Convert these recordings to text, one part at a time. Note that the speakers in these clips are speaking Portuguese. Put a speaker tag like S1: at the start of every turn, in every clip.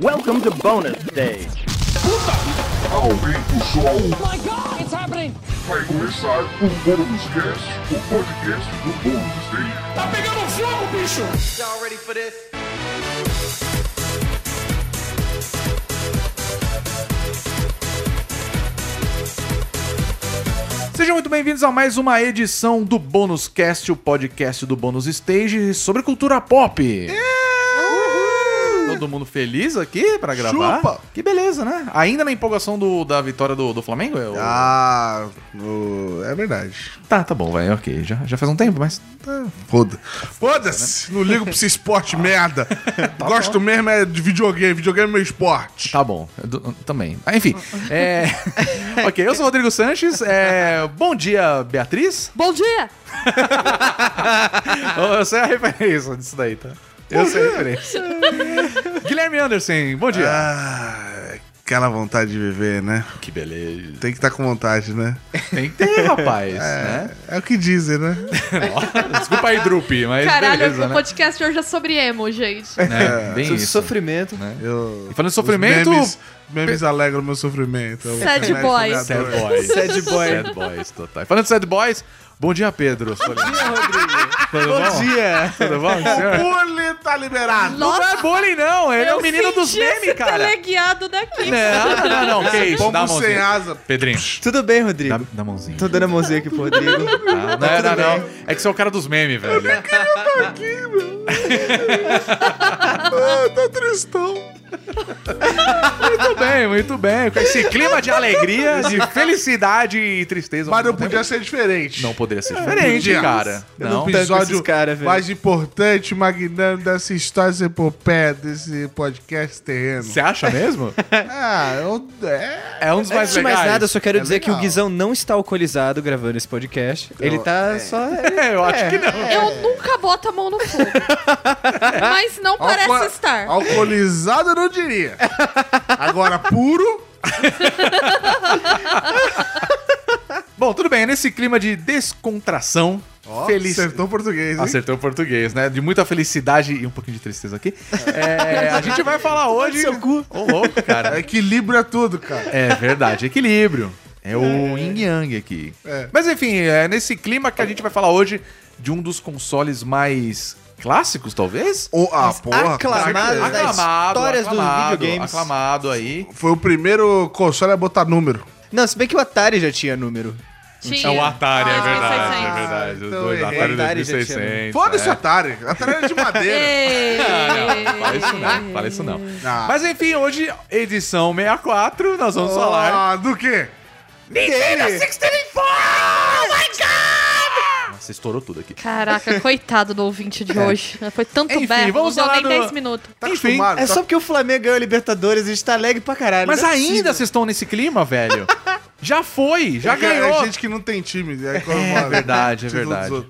S1: Welcome to bonus stage.
S2: Aumenta o som,
S3: my god, it's happening!
S2: vai começar o Bônus Cast, o podcast do Bônus Day.
S3: Tá pegando fogo, bicho!
S4: Y'all ready for this?
S5: Sejam muito bem-vindos a mais uma edição do Bônus Cast, o podcast do Bônus Stage sobre cultura pop.
S6: É.
S5: Todo mundo feliz aqui pra gravar?
S6: Chupa!
S5: Que beleza, né? Ainda na empolgação do- da vitória do, do Flamengo? Eu-
S6: Ah, o- é verdade.
S5: Tá, tá bom, velho, ok. Já, já faz um tempo, mas...
S6: Foda. Foda-se, Tá não ligo pra esse esporte, merda. Gosto mesmo é de videogame, videogame é meu esporte.
S5: Tá bom, eu do- também. Ah, Enfim, é... ok, eu sou o Rodrigo Sanches. é, Bom dia, Beatriz.
S7: Bom dia!
S6: Ah.
S5: Eu sei é a referência disso daí, tá? Eu sei a referência. Guilherme Anderson, bom dia.
S6: Ah, aquela vontade de viver, né?
S5: que beleza.
S6: Tem que estar com vontade, né?
S5: Tem que ter, rapaz, né?
S6: É o que dizem, né?
S5: Desculpa aí, Drupi, mas
S7: Caralho,
S5: beleza,
S7: o
S5: né?
S7: podcast hoje é sobre emo, gente.
S5: É, bem isso.
S4: Sofrimento.
S6: Eu,
S5: E falando em
S6: os
S5: sofrimento...
S6: Memes, memes alegram meu sofrimento. Eu-
S7: Sad
S6: Né,
S7: boy.
S6: eu
S5: Sad
S6: adoro.
S5: boys.
S4: Sad boy.
S5: Sad boys, total. E Falando de sad boys, bom dia, Pedro. Bom dia, Rodrigo. Tudo bom?
S4: Bom dia.
S5: Tudo bom, senhor?
S6: Bully tá liberado.
S5: Não é bullying, não. Ele é o menino dos memes, cara.
S7: teleguiado daqui.
S5: Não, não, não, não. Que isso? Dá a
S6: Pombo sem
S5: mãozinha.
S6: asa.
S5: Pedrinho,
S4: Tudo bem,
S5: dá,
S4: Rodrigo?
S5: dá a mãozinha.
S4: Tô dando a mãozinha aqui pro Rodrigo.
S5: Tá? Não, não, não. É que você é o cara dos memes, velho.
S4: tá
S6: Ah, tá tristão.
S5: Muito bem, muito bem. Com esse clima de alegria, de felicidade e tristeza.
S6: Mas não podia ser diferente.
S5: Não poderia ser
S6: Não
S5: diferente,
S6: podia.
S5: cara.
S6: No
S5: Não.
S4: podia. tanto esses
S6: episódio
S4: cara, velho.
S6: mais importante, magnânimo dessa história, dessa epopeia, desse podcast terreno.
S5: Você acha mesmo?
S6: Ah, eu, é,
S5: É um dos mais
S4: Antes de mais
S5: legais.
S4: nada, eu só quero
S6: É
S4: dizer que o
S6: legal.
S4: Guizão não está alcoolizado gravando esse podcast. Ele tá só.
S5: É, eu acho que não.
S7: Eu nunca boto a mão no fogo. Mas não parece
S6: alco-
S7: estar.
S6: alcoolizado eu não diria. Agora, puro,
S5: Bom, tudo bem. Nesse clima de descontração,
S6: ó,
S5: feliz...
S6: acertou o português, hein?
S5: Uhum. Acertou o português, né? De muita felicidade e um pouquinho de tristeza aqui. É, a gente vai falar hoje... Seu cu. Ô, louco, cara.
S6: Equilíbrio é tudo, cara.
S5: É verdade, equilíbrio. É o yin yang aqui.
S6: É.
S5: Mas enfim, é nesse clima que a gente vai falar hoje de um dos consoles mais clássicos, talvez?
S6: O- ah, porra,
S4: aclamado,
S6: com certeza.
S4: né? histórias dos videogames.
S5: Aclamado aí.
S6: Foi o primeiro console a botar número.
S4: Não, se bem que o Atari já tinha número.
S7: Tinha.
S5: É o Atari, é
S7: Ah,
S5: verdade, é
S7: 2600.
S5: verdade. Os
S6: então
S5: dois
S6: errei.
S5: Atari
S4: Atari já tinha, né?
S5: 2600.
S6: Foda-se o
S5: é.
S6: Atari. Atari era de
S4: É.
S6: madeira.
S7: Ei. É.
S5: Não, fala isso né? não, fala isso não.
S6: Ah.
S5: Mas enfim, hoje, edição 64, nós vamos falar.
S6: Ah, do quê?
S5: Nossa, estourou tudo aqui.
S7: Caraca, coitado do ouvinte de hoje. Foi tanto
S5: É. Enfim,
S7: berro,
S5: vamos
S7: não deu
S5: falar
S7: nem
S5: do-
S7: 10 minutos.
S6: Tá
S5: Enfim,
S6: acostumado.
S4: É
S6: tá-
S4: só porque o Flamengo ganhou a Libertadores, a gente tá alegre pra caralho.
S5: Ah, Mas
S4: Não é
S5: ainda
S4: possível.
S5: vocês estão nesse clima, velho? Já foi, já
S6: é que
S5: ganhou.
S6: É gente que não tem time. É,
S5: É verdade, é verdade.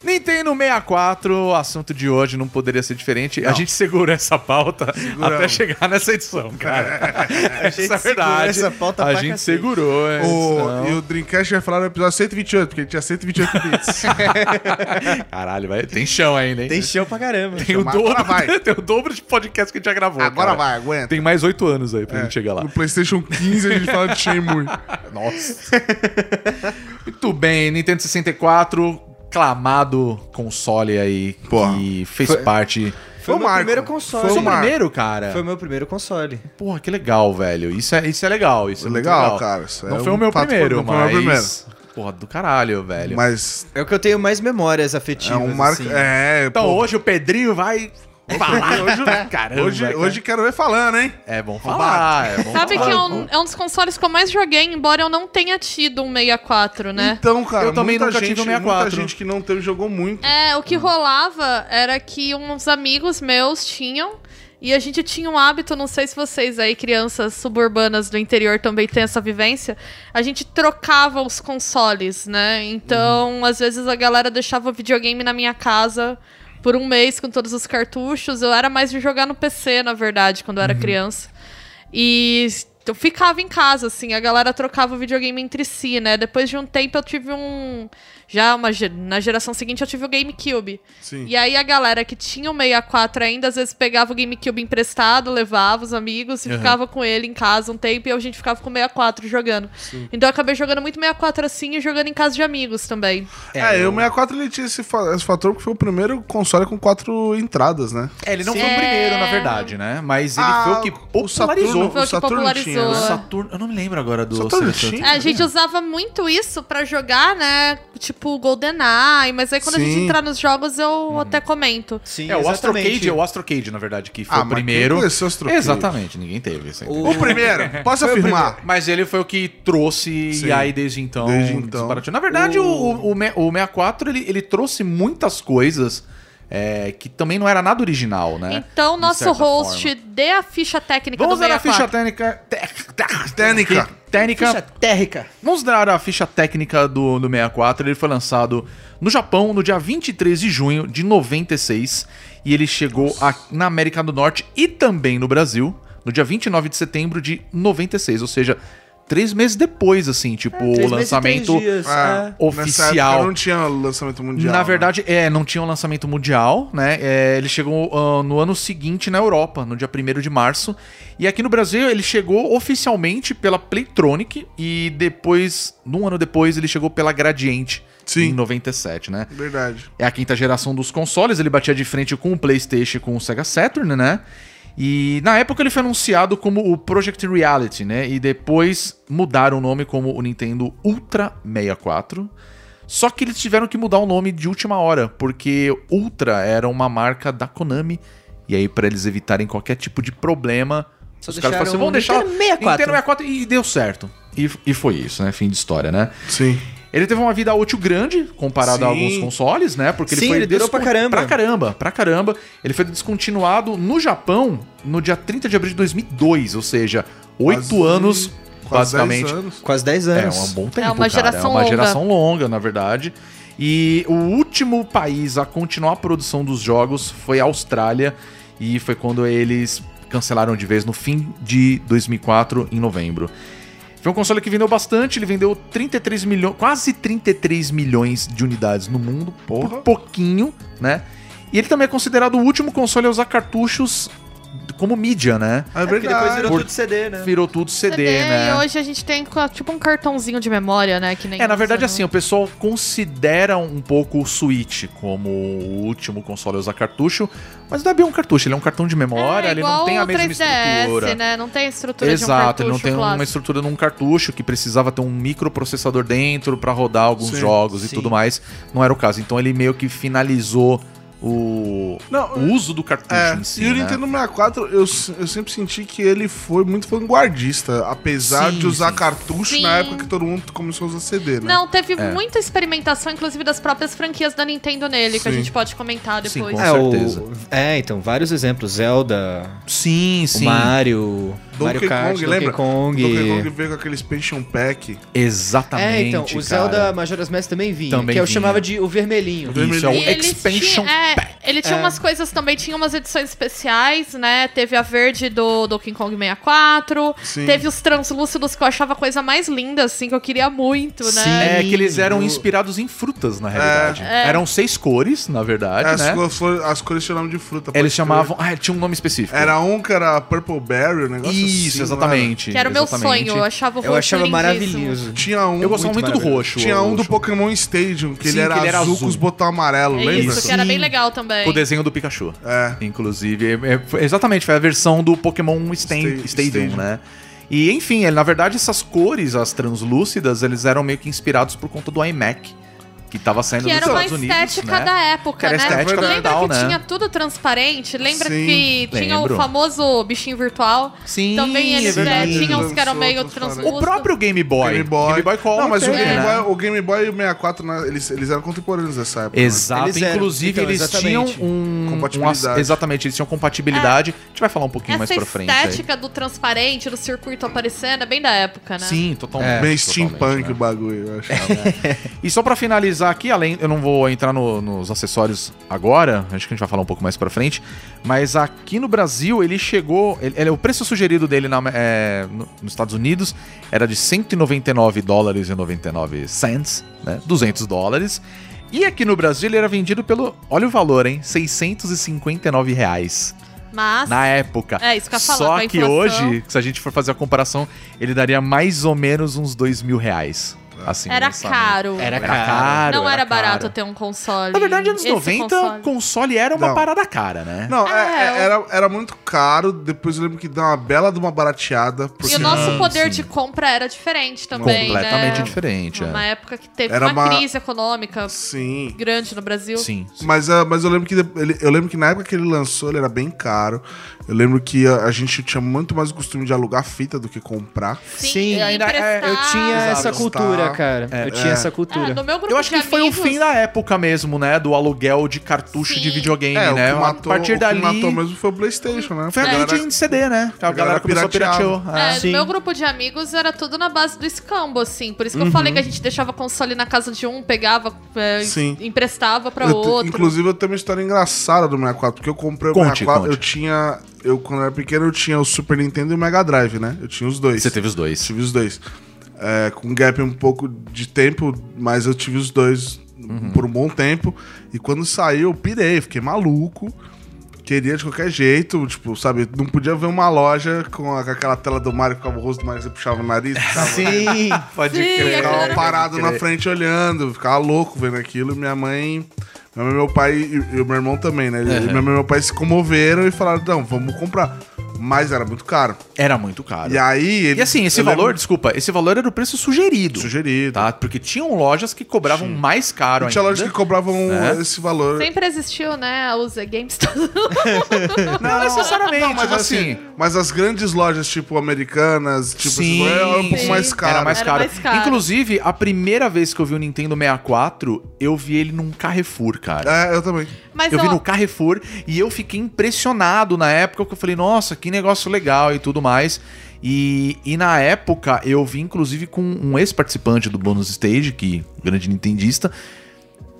S5: Nintendo 64, o assunto de hoje não poderia ser diferente. A gente segurou essa pauta até chegar nessa edição, cara. essa é a
S4: segurou
S5: verdade.
S4: essa pauta
S5: a
S4: pra
S5: gente
S4: cacete.
S5: segurou. é,
S6: O,
S5: senão-
S6: e o Dreamcast vai falar no episódio 128, porque ele tinha 128 bits.
S5: Caralho, vai... tem chão ainda, hein?
S4: Tem chão pra caramba.
S5: Tem o,
S6: Mas agora
S5: dobro,
S6: vai.
S5: tem o dobro de podcast que a gente já gravou.
S6: Agora
S5: cara.
S6: vai, aguenta.
S5: Tem mais oito anos aí pra gente chegar lá.
S6: No PlayStation 15 a gente fala de Shenmue.
S5: Nossa. Muito bem, Nintendo 64, clamado console aí
S6: Porra.
S5: que fez parte.
S4: Foi o meu
S6: marco.
S4: primeiro console.
S6: Foi o
S4: Foi o
S6: marco.
S5: Primeiro, cara.
S4: Foi o meu primeiro console.
S5: Porra, que legal, velho. Isso é, isso é legal. Isso é muito
S6: Legal, cara, isso
S5: não
S6: é
S5: foi o
S6: um
S5: meu
S6: fato-
S5: primeiro,
S6: não foi o meu
S5: mas... Porra, do caralho, velho.
S6: Mas
S4: É o que eu tenho mais memórias
S6: é
S4: afetivas.
S6: um marco.
S4: assim.
S6: É,
S5: Então
S6: pô,
S5: hoje o Pedrinho vai falar. hoje, caramba,
S6: hoje,
S5: cara.
S6: hoje quero ver falando, hein?
S5: É bom falar, é bom
S7: Sabe
S5: falar.
S7: que é um, é um dos consoles que eu mais joguei, embora eu não tenha tido um 64, né?
S6: Então, cara,
S5: Eu também
S6: muita
S5: nunca
S6: gente,
S5: tive um 64.
S6: Muita gente que não teve jogou muito.
S7: É, o que rolava era que uns amigos meus tinham. E a gente tinha um hábito, não sei se vocês aí, crianças suburbanas do interior, também têm essa vivência. A gente trocava os consoles, né? Então, às vezes a galera deixava o videogame na minha casa por um mês com todos os cartuchos. Eu era mais de jogar no PC, na verdade, quando eu era criança. E eu ficava em casa, assim, a galera trocava o videogame entre si, né? Depois de um tempo eu tive um. Já uma, ge- na geração seguinte eu tive o GameCube.
S6: Sim.
S7: E aí a galera que tinha o 64 ainda, às vezes pegava o GameCube emprestado, levava os amigos e ficava com ele em casa um tempo e a gente ficava com o 64 jogando. Então eu acabei jogando muito 64 assim e jogando em casa de amigos também.
S6: É, o 64 ele tinha esse, fa- esse fator porque foi o primeiro console com quatro entradas, né?
S5: É, ele não foi o primeiro, na verdade, né? Mas ele
S6: Ah,
S5: foi o que
S6: o Saturno,
S5: popularizou.
S7: Foi o que popularizou.
S6: tinha,
S5: O
S6: né?
S5: Saturno, eu não me lembro agora do
S6: Saturno
S5: Saturno.
S6: tinha?
S7: É, A gente usava muito isso pra jogar, né? Tipo GoldenEye, mas aí quando a gente
S6: Sim.
S7: entrar nos jogos eu
S5: Uhum.
S7: até comento.
S4: Sim,
S5: É, o
S4: exatamente.
S5: Astrocade, é o Astrocade, na verdade, que foi
S6: Ah,
S5: o
S6: mas quem
S5: primeiro.
S6: conheceu o Astrocade?
S5: Exatamente, ninguém teve. Assim,
S4: O-
S6: O primeiro, posso
S4: Foi o
S6: afirmar.
S5: Mas ele foi o que trouxe,
S6: Sim.
S5: e aí desde então.
S6: Desde então.
S5: disparatiu. Na verdade, o, o, o me- o 64 ele, ele trouxe muitas coisas é, que também não era nada original, né?
S7: Então,
S5: De
S7: nosso
S5: certa
S7: host
S5: forma.
S7: dê a ficha técnica
S5: Vamos
S7: do
S5: dar a
S7: 64.
S5: ficha técnica. tec- tec-
S6: Técnica.
S5: Técnica.
S4: Ficha térrica.
S5: Vamos dar a ficha técnica do, do 64. Ele foi lançado no Japão no dia 23 de junho de 96 e ele chegou a- na América do Norte e também no Brasil no dia 29 de setembro de 96, ou seja, três meses depois, assim, tipo, o
S4: É, Três meses e
S5: lançamento.
S4: três dias,
S6: Ah,
S4: é.
S5: oficial.
S6: Nessa época não tinha lançamento mundial.
S5: Na
S6: né?
S5: verdade, é, não tinha um lançamento mundial, né? É, ele chegou ah, no ano seguinte na Europa, no dia 1 de março. E aqui no Brasil ele chegou oficialmente pela Playtronic e depois, num ano depois, ele chegou pela Gradiente
S6: Sim.
S5: em 97, né?
S6: Verdade.
S5: É a quinta geração dos consoles, ele batia de frente com o PlayStation e com o Sega Saturn, né? E na época ele foi anunciado como o Project Reality, né? E depois mudaram o nome como o Nintendo Ultra 64. Só que eles tiveram que mudar o nome de última hora, porque Ultra era uma marca da Konami. E aí, pra eles evitarem qualquer tipo de problema,
S4: Só
S5: os caras falaram assim:
S4: deixaram
S5: vamos deixar
S4: Nintendo 64."
S5: Nintendo 64 e deu certo. E, e foi isso, né? Fim de história, né?
S6: Sim.
S5: Ele teve uma vida útil grande comparado a
S6: Sim.
S5: alguns consoles, né? Porque ele
S4: Sim,
S5: foi
S4: ele durou pra caramba.
S5: Pra caramba, pra caramba. Ele foi descontinuado no Japão no dia 30 de abril de 2002, ou seja, oito
S6: Quase-
S5: anos,
S6: Quase
S5: basicamente.
S6: 10 anos.
S4: Quase 10
S5: É,
S4: anos.
S5: um bom tempo,
S7: É uma
S5: cara.
S7: geração
S5: É uma
S7: longa.
S5: geração longa, na verdade. E o último país a continuar a produção dos jogos foi a Austrália. E foi quando eles cancelaram de vez no fim de 2004, em novembro. Foi um console que vendeu bastante, ele vendeu 33 milhões, quase 33 milhões de unidades no mundo, por pouquinho, né? E ele também é considerado o último console a usar cartuchos como mídia, né?
S6: É
S4: Porque depois
S6: verdade.
S4: virou
S5: Por-
S4: tudo CD, né?
S5: Virou tudo CD, né?
S7: E hoje a gente tem co- tipo um cartãozinho de memória, né? Que nem
S5: É, na
S7: usa,
S5: verdade,
S7: né?
S5: assim, o pessoal considera um pouco o Switch como o último console a usar cartucho, mas não é bem um cartucho, ele é um cartão de memória,
S7: É,
S5: ele
S7: igual
S5: não tem a
S7: o
S5: mesma
S7: 3DS,
S5: estrutura.
S7: né? Não tem a estrutura de um
S5: Exato,
S7: cartucho
S5: ele não tem uma
S7: clássico.
S5: estrutura num cartucho que precisava ter um microprocessador dentro pra rodar alguns
S6: Sim,
S5: jogos e
S4: sim.
S5: tudo mais. Não era o caso. Então ele meio que finalizou o,
S6: Não,
S5: o uso do cartucho
S6: É,
S5: em si.
S6: e o
S5: né?
S6: Nintendo 64, eu, s- eu sempre senti que ele foi muito vanguardista, apesar
S5: Sim,
S6: de usar
S5: sim.
S6: cartucho
S7: Sim.
S6: na época que todo mundo começou a usar CD, né?
S7: Não, teve
S5: É.
S7: muita experimentação, inclusive das próprias franquias da Nintendo nele, que a
S6: Sim.
S7: gente pode comentar
S5: Sim,
S7: depois.
S5: com
S4: é, o-
S5: certeza.
S4: É, então, vários exemplos. Zelda,
S5: Sim,
S4: o
S5: sim.
S4: Mario,
S6: Donkey
S4: Mario Kart,
S6: Kong, lembra?
S4: Donkey Kong.
S6: Donkey Kong veio com aquele expansion pack.
S5: Exatamente.
S4: É, então, o
S5: cara.
S4: Zelda Majora's Mask também vinha,
S5: Também
S4: que eu
S5: vinha.
S4: chamava de o vermelhinho.
S5: Isso, é o
S7: E eles
S5: Expansion
S7: tinham- é, ele tinha umas coisas também, tinha umas edições especiais, né? Teve a verde do Donkey Kong 64,
S6: Sim.
S7: teve os translúcidos que eu achava a coisa mais linda, assim, que eu queria muito, né?
S5: É que eles eram
S4: do-
S5: inspirados em frutas, na realidade.
S7: É.
S5: Eram seis cores, na verdade,
S6: É. As,
S5: né?
S6: co- flor- as cores tinham nome de fruta. pode
S5: Eles
S6: crer.
S5: chamavam. Ah, tinha um nome específico.
S6: Era um que era Purple Berry, um negócio
S5: Isso,
S6: assim,
S5: exatamente.
S7: Que era o meu
S5: exatamente.
S7: sonho, eu achava o
S4: Eu
S7: roxo
S4: achava
S7: lindíssimo.
S4: maravilhoso.
S6: não era? Tinha um.
S5: Eu gostava muito, do
S4: maravilhoso.
S5: roxo.
S6: Tinha
S5: o
S6: um do
S5: roxo.
S6: Pokémon Stadium, que
S5: Sim,
S6: ele era,
S5: que ele era
S6: azul,
S5: azul.
S6: com os botões amarelo,
S7: É
S6: lembra?
S7: isso, que era
S5: Sim.
S7: bem legal também.
S5: assim. Com o desenho do Pikachu.
S6: É.
S5: Inclusive, é- é- exatamente, foi a versão do Pokémon Stan-
S6: Sta-
S5: Stadium,
S6: Stadium.
S5: né? E enfim, ele- na verdade, essas cores, as translúcidas, eles eram meio que inspirados por conta do iMac, que tava saindo
S7: Que
S5: nos
S7: era uma
S5: Estados Unidos.
S7: estética
S5: né?
S7: da época,
S5: Que era
S7: né?
S5: estética
S7: lembra
S5: mental,
S7: que
S5: né?
S7: tinha tudo transparente? Lembra
S6: Sim,
S7: que tinha
S5: lembro.
S7: o famoso bichinho virtual?
S5: Sim,
S7: Também eles
S5: é
S7: né,
S5: verdade.
S7: tinham uns que eram meio
S6: Lançou transparente.
S7: translúcidos.
S5: O próprio Game Boy.
S6: Game Boy.
S5: Game Boy Color.
S6: Não, mas o
S5: teve,
S6: Game,
S7: É.
S5: né?
S6: Boy, o Game Boy e o 64, né, eles, eles eram contemporâneos dessa época. né?
S5: Exato.
S4: Eles eram,
S5: Inclusive,
S4: então,
S5: eles
S4: exatamente.
S5: tinham um.
S6: Compatibilidade.
S5: um ac- exatamente, eles tinham compatibilidade. A gente vai falar um pouquinho mais
S7: É. Essa
S5: pra frente. aí.
S7: estética do transparente, do circuito aparecendo, é bem da época, né?
S5: Sim, totalmente.
S6: Meio
S5: totalmente,
S6: steampunk
S5: né?
S6: o bagulho, eu achava.
S5: E só pra finalizar aqui, além, eu não vou entrar no- nos acessórios agora, acho que a gente vai falar um pouco mais pra frente, mas aqui no Brasil ele chegou, ele, ele- o preço sugerido dele na- é, no- nos Estados Unidos era de 199 dólares e 99 cents, né, 200 dólares, e aqui no Brasil ele era vendido pelo, olha o valor, hein, 659 reais
S7: Mas.
S5: na época.
S7: É, isso que eu ia falar, com
S5: Só
S7: a
S5: que
S7: inflação.
S5: hoje, se a gente for fazer a comparação, ele daria mais ou menos uns dois mil reais.
S6: Ah.
S5: Assim,
S7: Era
S5: lançamento.
S7: caro.
S4: Era
S5: Era caro.
S7: Não era,
S5: caro.
S7: barato ter um console.
S5: Na verdade, anos
S7: Esse
S5: 90, console.
S7: console.
S5: era uma
S6: Não.
S5: parada cara, né?
S6: Não, é-
S7: É,
S6: é- era, era muito caro. Depois eu lembro que dá uma bela de uma barateada.
S7: E o nosso poder de compra era diferente também,
S5: Completamente
S7: né?
S5: diferente.
S7: Uma
S5: É.
S7: época que teve
S6: Era
S7: uma,
S6: uma-
S7: crise econômica
S6: Sim.
S7: grande no Brasil.
S5: Sim. sim.
S6: Mas, ah, mas eu lembro que de- ele- eu lembro que na época que ele lançou, ele era bem caro. Eu lembro que a, a gente tinha muito mais o costume de alugar fita do que comprar.
S7: e
S4: é, eu
S7: emprestar.
S4: tinha essa
S6: Emprestar.
S4: cultura, cara. eu tinha essa
S7: Ah, É,
S4: cultura.
S7: no meu grupo
S5: Eu acho que
S7: de
S5: foi o
S7: amigos,
S5: fim da época mesmo, né? Do aluguel de cartucho
S7: Sim.
S5: de videogame,
S6: é,
S5: né?
S6: o que matou,
S5: a partir
S6: o que
S5: dali.
S6: matou mesmo foi o Playstation, né?
S5: Foi a
S6: Galera-
S5: mídia em CD, né? A galera
S6: galera
S5: começou a
S6: pirateava.
S5: piratear.
S7: É,
S5: É.
S7: no meu grupo de amigos era tudo na base do escambo, assim. Por isso que eu falei
S5: Uhum.
S7: que a gente deixava console na casa de um, pegava, é,
S6: Sim.
S7: emprestava pra
S6: Eu te-
S7: outro.
S6: Inclusive, eu tenho uma história engraçada do 64, porque eu comprei o
S5: Conte,
S6: 64,
S5: conte.
S6: eu tinha... Eu, quando eu era pequeno, eu tinha o Super Nintendo e o Mega Drive, né? Eu tinha os dois.
S5: Você teve os dois.
S6: Tive os dois. É, com um gap um pouco de tempo, mas eu tive os dois
S5: Uhum.
S6: por um bom tempo. E quando saiu, eu pirei, fiquei maluco. Queria de qualquer jeito, tipo, sabe? Não podia ver uma loja com a- com aquela tela do Mario, ficava o rosto do Mario, você puxava o nariz, ficava...
S5: Sim, pode
S7: Sim, crer. aquilo
S6: ficava
S7: era-
S6: parado na
S5: crer.
S6: frente olhando, ficava louco vendo aquilo. E minha mãe, minha mãe, meu pai e, e o meu irmão também, né? E minha mãe e meu pai se comoveram e falaram: não, vamos comprar. Mas era muito caro.
S5: Era muito caro.
S6: E aí.
S5: E
S6: eles-
S5: assim, esse
S6: eu
S5: valor,
S6: lembro-
S5: desculpa, esse valor era o preço sugerido.
S6: Sugerido.
S5: Tá? Porque tinham lojas que cobravam mais caro
S6: Tinha
S5: ainda.
S6: lojas que cobravam
S5: Né?
S6: esse valor.
S7: Sempre existiu, né? Os GameStop.
S5: Não necessariamente,
S6: Não, mas assim, mas as grandes lojas, tipo, americanas, tipo,
S5: Sim.
S6: essas- era um pouco
S7: Sim.
S6: mais caro.
S5: Era mais
S7: Era
S5: caro.
S7: mais caro.
S5: Inclusive, a primeira vez que eu vi o Nintendo 64, eu vi ele num Carrefour, cara.
S6: É, eu também.
S7: Mas
S5: eu
S7: ó,
S5: vi no Carrefour e eu fiquei impressionado na época, que eu falei, nossa, que negócio legal e tudo mais. E, e na época eu vi, inclusive, com um ex-participante do Bonus Stage, que grande nintendista,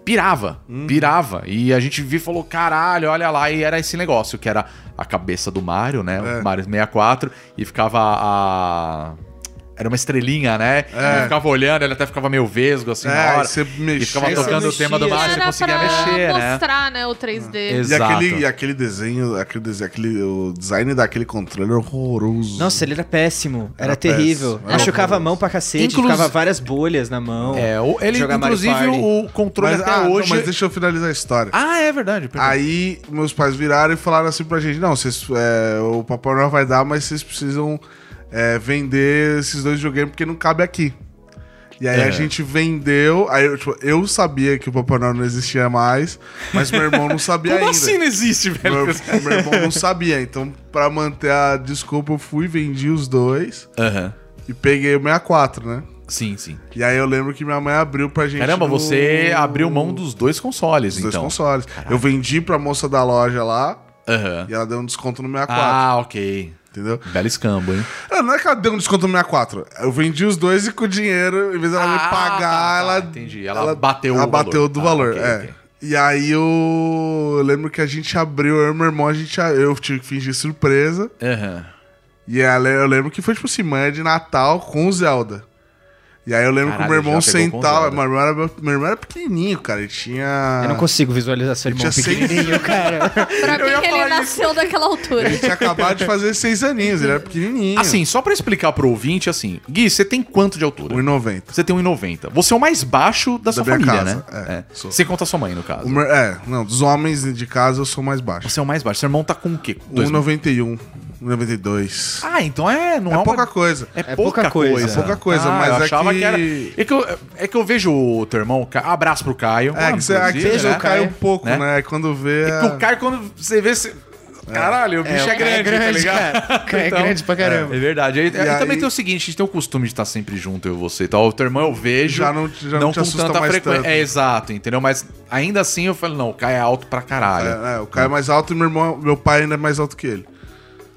S5: pirava,
S6: Uhum.
S5: pirava. E a gente viu e falou, caralho, olha lá. E era esse negócio, que era a cabeça do Mario, né?
S6: É.
S5: O Mario 64. E ficava a... Era uma estrelinha, né? E ficava olhando, ele até ficava meio vesgo, assim, na
S6: É,
S5: hora.
S6: e você
S5: E ficava
S6: mexia.
S5: tocando o tema do
S4: Mexia.
S5: Mario, você
S7: era
S5: conseguia
S7: pra
S5: mexer, né? Ah,
S7: mostrar, né? o 3D.
S5: Ex-
S6: E
S5: Exato.
S6: aquele, e aquele desenho, aquele desenho, aquele, o design daquele controle era horroroso.
S4: Nossa, ele era péssimo. Era,
S6: Era
S4: terrível.
S6: péssimo, era
S4: Machucava a
S6: horroroso.
S4: mão pra cacete,
S5: Inclusive-
S4: ficava várias bolhas na mão.
S5: É, o- ele,
S4: Jogar Mario
S5: inclusive,
S4: Party.
S5: o controle
S6: mas,
S5: até
S6: ah, não,
S5: hoje.
S6: mas deixa eu finalizar a história.
S5: Ah, é verdade. perdão.
S6: Aí meus pais viraram e falaram assim pra gente: não, vocês, é, o Papai Noel vai dar, mas vocês precisam é, vender esses dois videogames porque não cabe aqui. E aí
S5: É.
S6: a gente vendeu. Aí eu, tipo, eu sabia que o Papai Noel não existia mais, mas meu irmão não sabia
S5: Como
S6: ainda.
S5: assim não existe,
S6: Meu,
S5: velho?
S6: meu irmão não sabia. Então, pra manter a desculpa, eu fui, vendi os dois
S5: Aham.
S6: e peguei o 64, né?
S5: Sim, sim.
S6: E aí eu lembro que minha mãe abriu pra gente.
S5: Caramba,
S6: no-
S5: você abriu mão dos dois consoles,
S6: Os dois
S5: então.
S6: consoles. Eu vendi pra moça da loja lá.
S5: Aham.
S6: E ela deu um desconto no 64,
S5: Ah, ok.
S6: entendeu?
S5: Belo escambo, hein?
S6: Ah, Não é que ela deu um desconto no 64. Eu vendi os dois e com o dinheiro, em vez dela
S5: Ah,
S6: me pagar,
S5: tá,
S6: ela.
S5: entendi. Ela bateu
S6: ela
S5: o
S6: bateu
S5: valor.
S6: do
S5: Ah,
S6: valor.
S5: ok,
S6: é.
S5: ok.
S6: E aí eu... eu lembro que a gente abriu, eu e meu irmão, a gente, eu tive que fingir surpresa.
S5: Aham.
S6: E ela, eu lembro que foi tipo assim, manhã de Natal com o Zelda. E aí eu lembro que o
S5: Caralho,
S6: meu
S5: já
S6: irmão
S5: pegou com o
S6: sentava.
S5: Zelda.
S6: Meu irmão, era, meu irmão era pequenininho, cara. Ele tinha.
S4: Eu não consigo visualizar seu irmão
S6: tinha seis-
S4: pequenininho, cara.
S7: Pra mim que ele
S6: falar
S7: nasceu daquela altura.
S6: Ele tinha acabado de fazer seis aninhos, ele era pequenininho.
S5: Assim, só pra explicar pro ouvinte, assim, Gui, você tem quanto de altura?
S6: 1,90.
S5: Você tem 1,90. Você é o mais baixo da, sua
S6: minha
S5: família,
S6: casa,
S5: né?
S6: é, sou.
S5: Você conta sua mãe, no caso.
S6: O meu- é, não, dos homens de casa eu sou mais baixo.
S5: Você é o mais baixo. Seu irmão tá com o quê? Dois-
S6: 1,91, 1,92.
S5: Ah, então é. Não é,
S6: É
S5: uma-
S6: pouca coisa.
S5: É,
S4: É
S5: pouca
S4: pouca
S5: coisa. Ah,
S4: coisa.
S6: É pouca coisa, mas
S5: eu
S6: é
S5: achava que...
S6: que-
S5: era. É que, eu, é que eu vejo o teu irmão. o Ca- Abraço pro Caio.
S6: É, que você, aqui
S5: inclusive,
S6: você
S4: né?
S6: cai um pouco,
S5: Né?
S6: né? Aí Quando vê.
S5: É que o Caio, quando você vê. Você... Caralho, o bicho é,
S4: o Caio
S5: grande,
S4: é
S5: tá
S4: grande,
S5: ligado?
S4: cara. O Caio é grande pra caramba.
S5: É, é verdade. E, e
S6: aí-
S5: também tem o seguinte: a gente tem o costume de estar sempre junto, eu e você e tal. O teu irmão eu vejo.
S6: Já não- já não te assusta mais tanto.
S5: É, exato, entendeu? Mas ainda assim eu falo: não, o Caio é alto pra caralho.
S6: É, é, o Caio é mais alto e meu irmão, meu pai ainda é mais alto que ele.